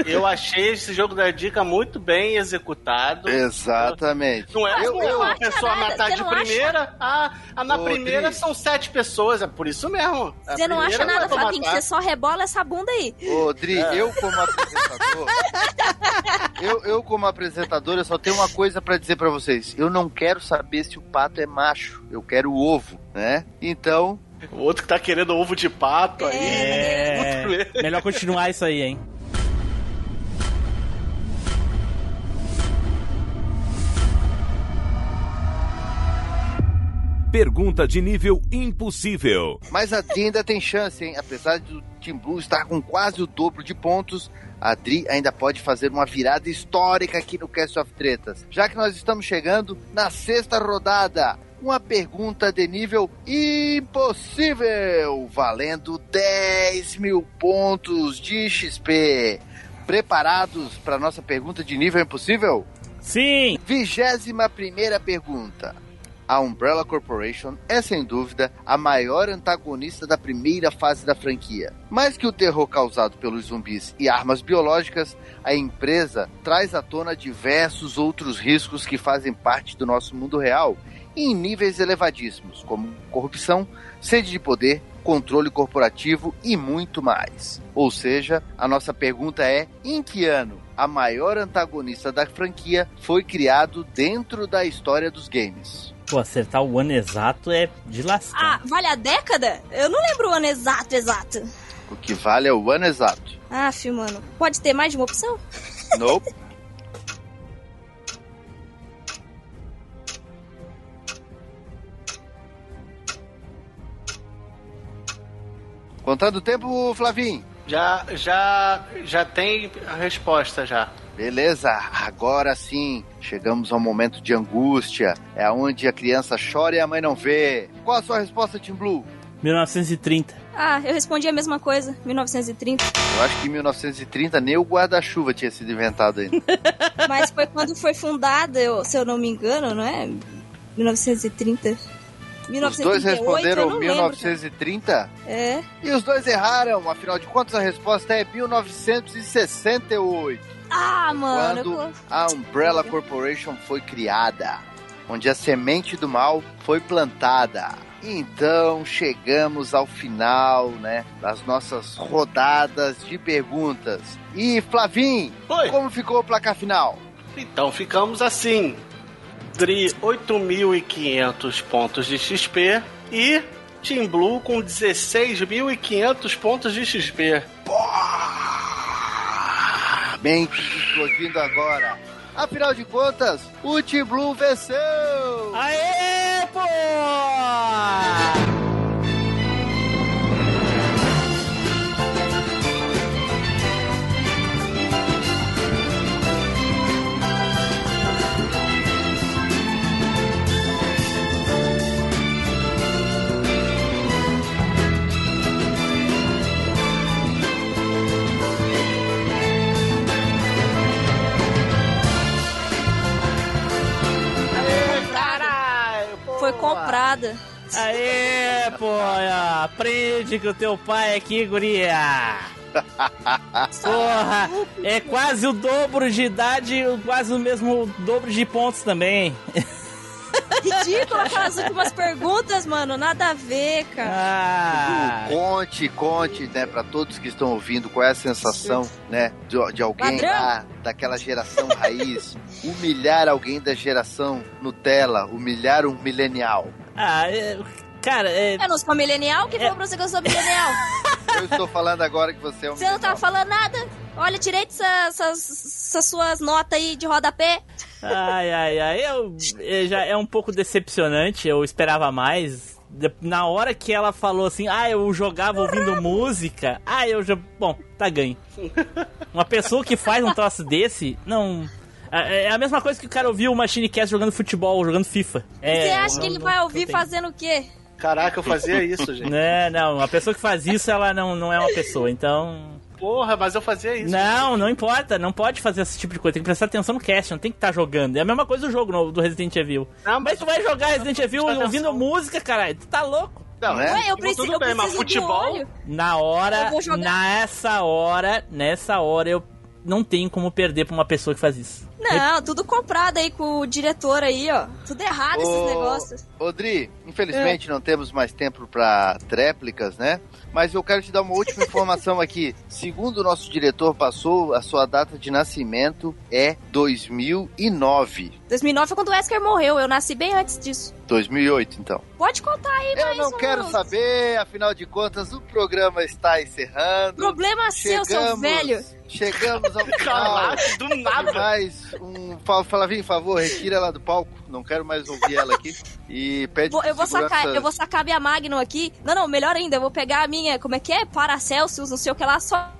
Speaker 6: Eu achei esse jogo da dica muito bem executado.
Speaker 3: Exatamente.
Speaker 6: Não é
Speaker 5: Eu-
Speaker 6: como
Speaker 5: eu-
Speaker 6: a pessoa
Speaker 5: Não acha
Speaker 6: matar
Speaker 5: nada,
Speaker 6: de
Speaker 5: você não
Speaker 6: primeira. Ah, ah, na
Speaker 3: Ô,
Speaker 6: primeira
Speaker 3: Cris.
Speaker 6: são sete pessoas, é por isso mesmo. A
Speaker 5: Você não
Speaker 6: primeira
Speaker 5: acha nada,
Speaker 6: é pra
Speaker 5: Flavinho,
Speaker 6: matar.
Speaker 5: você só rebola essa bunda aí.
Speaker 3: Ô, Dri, eu como apresentador. eu, eu como apresentador, eu só tenho uma coisa pra dizer pra vocês. Eu não quero saber se o pato é macho. Eu quero o ovo, né? Então,
Speaker 6: O outro que tá querendo ovo de pato aí.
Speaker 4: É.
Speaker 6: Muito bem.
Speaker 4: Melhor continuar isso aí, hein?
Speaker 7: Pergunta de nível impossível.
Speaker 3: mas a Dri ainda tem chance, hein? Apesar do Team Blue estar com quase o dobro de pontos, a Dri ainda pode fazer uma virada histórica aqui no Cast of Tretas. Já que nós estamos chegando na sexta rodada. Uma pergunta de nível impossível, valendo 10 mil pontos de XP. Preparados para nossa pergunta de nível impossível?
Speaker 4: Sim!
Speaker 3: Vigésima primeira pergunta. A Umbrella Corporation é, sem dúvida, a maior antagonista da primeira fase da franquia. Mais que o terror causado pelos zumbis e armas biológicas, a empresa traz à tona diversos outros riscos que fazem parte do nosso mundo real em níveis elevadíssimos, como corrupção, sede de poder, controle corporativo e muito mais. Ou seja, a nossa pergunta é: em que ano a maior antagonista da franquia foi criado dentro da história dos games?
Speaker 4: Pô, acertar o ano exato é de
Speaker 5: Ah,
Speaker 6: Tá.
Speaker 4: lascar.
Speaker 5: vale a década? Eu não lembro o ano exato, exato.
Speaker 3: O que vale é o ano exato.
Speaker 5: Aff, mano. Pode ter mais de uma opção?
Speaker 3: Nope. Contando o tempo, Flavinho.
Speaker 6: Já, já, já tem a resposta já.
Speaker 3: Beleza, agora sim, chegamos ao momento de angústia. É onde a criança chora e a mãe não vê. Qual a sua resposta, Tim Blue?
Speaker 4: 1930.
Speaker 5: Ah, eu respondi a mesma coisa, 1930.
Speaker 3: Eu acho que em 1930 nem o guarda-chuva tinha sido inventado ainda.
Speaker 5: Mas foi quando foi fundada, eu- se eu não me engano, não é? 1930.
Speaker 3: Os dois
Speaker 5: 1938, eu
Speaker 3: responderam
Speaker 5: não
Speaker 3: 1930
Speaker 5: Lembro. É.
Speaker 3: e os dois erraram. Afinal de contas, a resposta é 1968.
Speaker 5: Ah, mano.
Speaker 3: quando
Speaker 5: eu-
Speaker 3: a Umbrella Corporation foi criada, onde a semente do mal foi plantada. Então chegamos ao final, né, das nossas rodadas de perguntas. E Flavim,
Speaker 6: Oi.
Speaker 3: como ficou o placar final?
Speaker 6: Então ficamos assim. Dri 8.500 pontos de XP e Team Blue com 16.500 pontos de XP.
Speaker 3: Ah, Bem que explodindo agora. Afinal de contas, o Team Blue venceu.
Speaker 4: Aê, pô!
Speaker 6: Caralho!
Speaker 5: Foi comprada.
Speaker 4: Aê, pô! Aprende que o teu pai é aqui, guria! Porra! É quase o dobro de idade e quase o mesmo dobro de pontos também.
Speaker 5: Ridícula aquelas últimas perguntas, mano. Nada a ver, cara.
Speaker 4: Ah!
Speaker 3: Conte, conte, né, para todos que estão ouvindo, qual é a sensação, né, de, de alguém
Speaker 5: Padrão.
Speaker 3: lá, daquela geração raiz, humilhar alguém da geração Nutella, humilhar um milenial.
Speaker 4: Ah, é- cara, é.
Speaker 5: Eu não sou milenial? Quem falou pra você que eu sou milenial?
Speaker 3: Eu estou falando agora que você é um
Speaker 5: Você não tá
Speaker 3: milenial.
Speaker 5: falando nada? Olha direito essa- essas, essas suas notas aí de rodapé.
Speaker 4: Ai, ai, ai. Eu, é, já é um pouco decepcionante, eu esperava mais. De- Na hora que ela falou assim, ah, eu jogava ouvindo música, ah, eu já. Bom, tá ganho. Uma pessoa que faz um troço desse, não. É é a mesma coisa que o cara ouviu o Machine Cast jogando futebol, jogando FIFA. É,
Speaker 5: você acha
Speaker 4: não-
Speaker 5: que ele
Speaker 4: não-
Speaker 5: vai
Speaker 4: não
Speaker 5: ouvir
Speaker 4: tem.
Speaker 5: fazendo o quê?
Speaker 6: Caraca, eu fazia isso, gente.
Speaker 4: É, não, a pessoa que faz isso, ela não, não é uma pessoa, então.
Speaker 6: Porra, mas eu fazia isso.
Speaker 4: Não, não importa, não pode fazer esse tipo de coisa, tem que prestar atenção no cast, não tem que estar jogando. É a mesma coisa do jogo novo do Resident Evil.
Speaker 6: Não,
Speaker 4: Mas tu vai jogar Resident Evil
Speaker 6: prestar
Speaker 4: ouvindo
Speaker 6: atenção.
Speaker 4: música, caralho. Tu tá louco?
Speaker 6: Não,
Speaker 3: Ué,
Speaker 5: Ué, é, eu
Speaker 6: É, tudo
Speaker 5: preciso, eu
Speaker 6: bem, mas
Speaker 5: preciso do
Speaker 6: futebol.
Speaker 5: olho.
Speaker 4: Na
Speaker 5: Eu
Speaker 4: hora,
Speaker 5: vou jogar.
Speaker 4: nessa hora, nessa hora eu não tenho como perder pra uma pessoa que faz isso.
Speaker 5: Não, tudo comprado aí com o diretor aí, ó. Tudo errado
Speaker 3: Ô,
Speaker 5: esses negócios. É.
Speaker 3: Odri, infelizmente não temos mais tempo para tréplicas, né? Mas eu quero te dar uma última informação aqui. Segundo o nosso diretor passou, a sua data de nascimento é 2009.
Speaker 5: 2009 foi quando o Wesker morreu, eu nasci bem antes disso.
Speaker 3: 2008, então.
Speaker 5: Pode contar aí,
Speaker 3: Eu
Speaker 5: mas
Speaker 3: não
Speaker 5: um-
Speaker 3: quero saber, afinal de contas, o programa está encerrando.
Speaker 5: Problema é seu, seu velho. Tá
Speaker 3: Chegamos ao final.
Speaker 6: Caraca, do
Speaker 3: de
Speaker 6: nada.
Speaker 3: Mais um. Fa- Flavinho, por favor, retira ela do palco. Não quero mais ouvir ela aqui. E pede.
Speaker 5: Vou- eu, vou
Speaker 3: segurança-
Speaker 5: sacar, eu vou sacar minha Magnum aqui. Não, não, melhor ainda, eu vou pegar a minha, como é que é? Paracelsus, não sei o que lá, só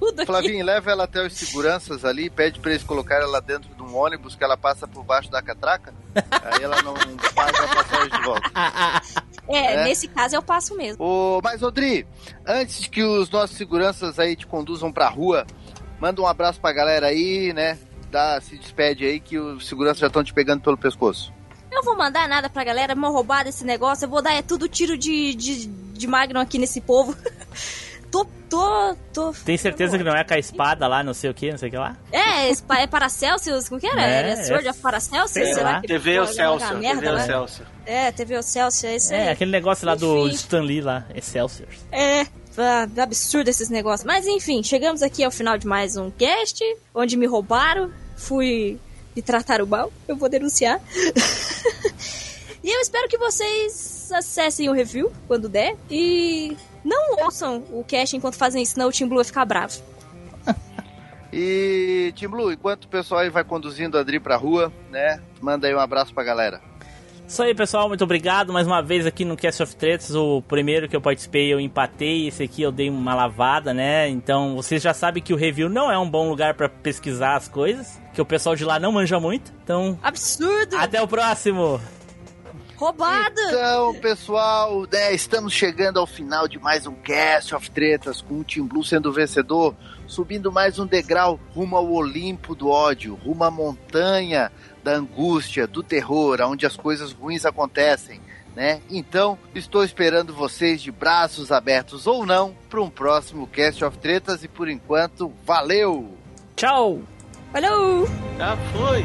Speaker 5: tudo aqui.
Speaker 3: Flavinho, leva ela até os seguranças ali e pede pra eles colocarem ela dentro de um ônibus que ela passa por baixo da catraca. Aí ela não paga a passagem de volta.
Speaker 4: ah,
Speaker 5: É,
Speaker 3: É.
Speaker 5: nesse caso eu passo mesmo.
Speaker 3: Ô, mas, Odri, antes que os nossos seguranças aí te conduzam pra rua, manda um abraço pra galera aí, né? Dá, se despede aí que os seguranças já estão te pegando pelo pescoço.
Speaker 5: Eu não vou mandar nada pra galera, mão roubada esse negócio, eu vou dar é tudo tiro de, de, de Magnum aqui nesse povo. tô, tô, tô...
Speaker 4: Tem certeza que não é com a espada lá, não sei o que, não sei o que lá?
Speaker 5: É, esse pa- é Paracelsus, como que era?
Speaker 4: É,
Speaker 5: era Sword
Speaker 4: é-
Speaker 5: of Paracelsus?
Speaker 4: sei
Speaker 5: Será
Speaker 4: lá.
Speaker 5: que
Speaker 6: TV
Speaker 5: pô,
Speaker 6: é o
Speaker 5: era
Speaker 6: Celso,
Speaker 5: uma
Speaker 6: TV
Speaker 5: merda,
Speaker 6: o
Speaker 5: né?
Speaker 6: Celso.
Speaker 5: É, TV o Celso, é isso
Speaker 4: É,
Speaker 5: aí.
Speaker 4: aquele negócio lá do
Speaker 5: Enfim.
Speaker 4: Stan Lee lá, Excelsior.
Speaker 5: É, ah, absurdo esses negócios. Mas enfim, chegamos aqui ao final de mais um cast, onde me roubaram, fui me tratar o mal, eu vou denunciar. e eu espero que vocês acessem o review quando der e não ouçam o cast enquanto fazem isso, senão o Team Blue vai ficar bravo.
Speaker 3: E, Tim Blue, enquanto o pessoal aí vai conduzindo a Adri pra rua, né? Manda aí um abraço pra galera.
Speaker 4: Isso aí, pessoal. Muito obrigado mais uma vez aqui no Cast of Tretas. O primeiro que eu participei eu empatei, esse aqui eu dei uma lavada, né? Então vocês já sabem que o review não é um bom lugar pra pesquisar as coisas, que o pessoal de lá não manja muito. Então,
Speaker 5: Absurdo!
Speaker 4: até o próximo!
Speaker 5: Roubado!
Speaker 3: Então, pessoal, né, estamos chegando ao final de mais um Cast of Tretas, com o Team Blue sendo o vencedor, subindo mais um degrau rumo ao Olimpo do ódio, rumo à montanha da angústia, do terror, onde as coisas ruins acontecem, né? Então, estou esperando vocês de braços abertos ou não para um próximo Cast of Tretas e por enquanto, valeu!
Speaker 4: Tchau!
Speaker 5: Valeu!
Speaker 6: Já foi.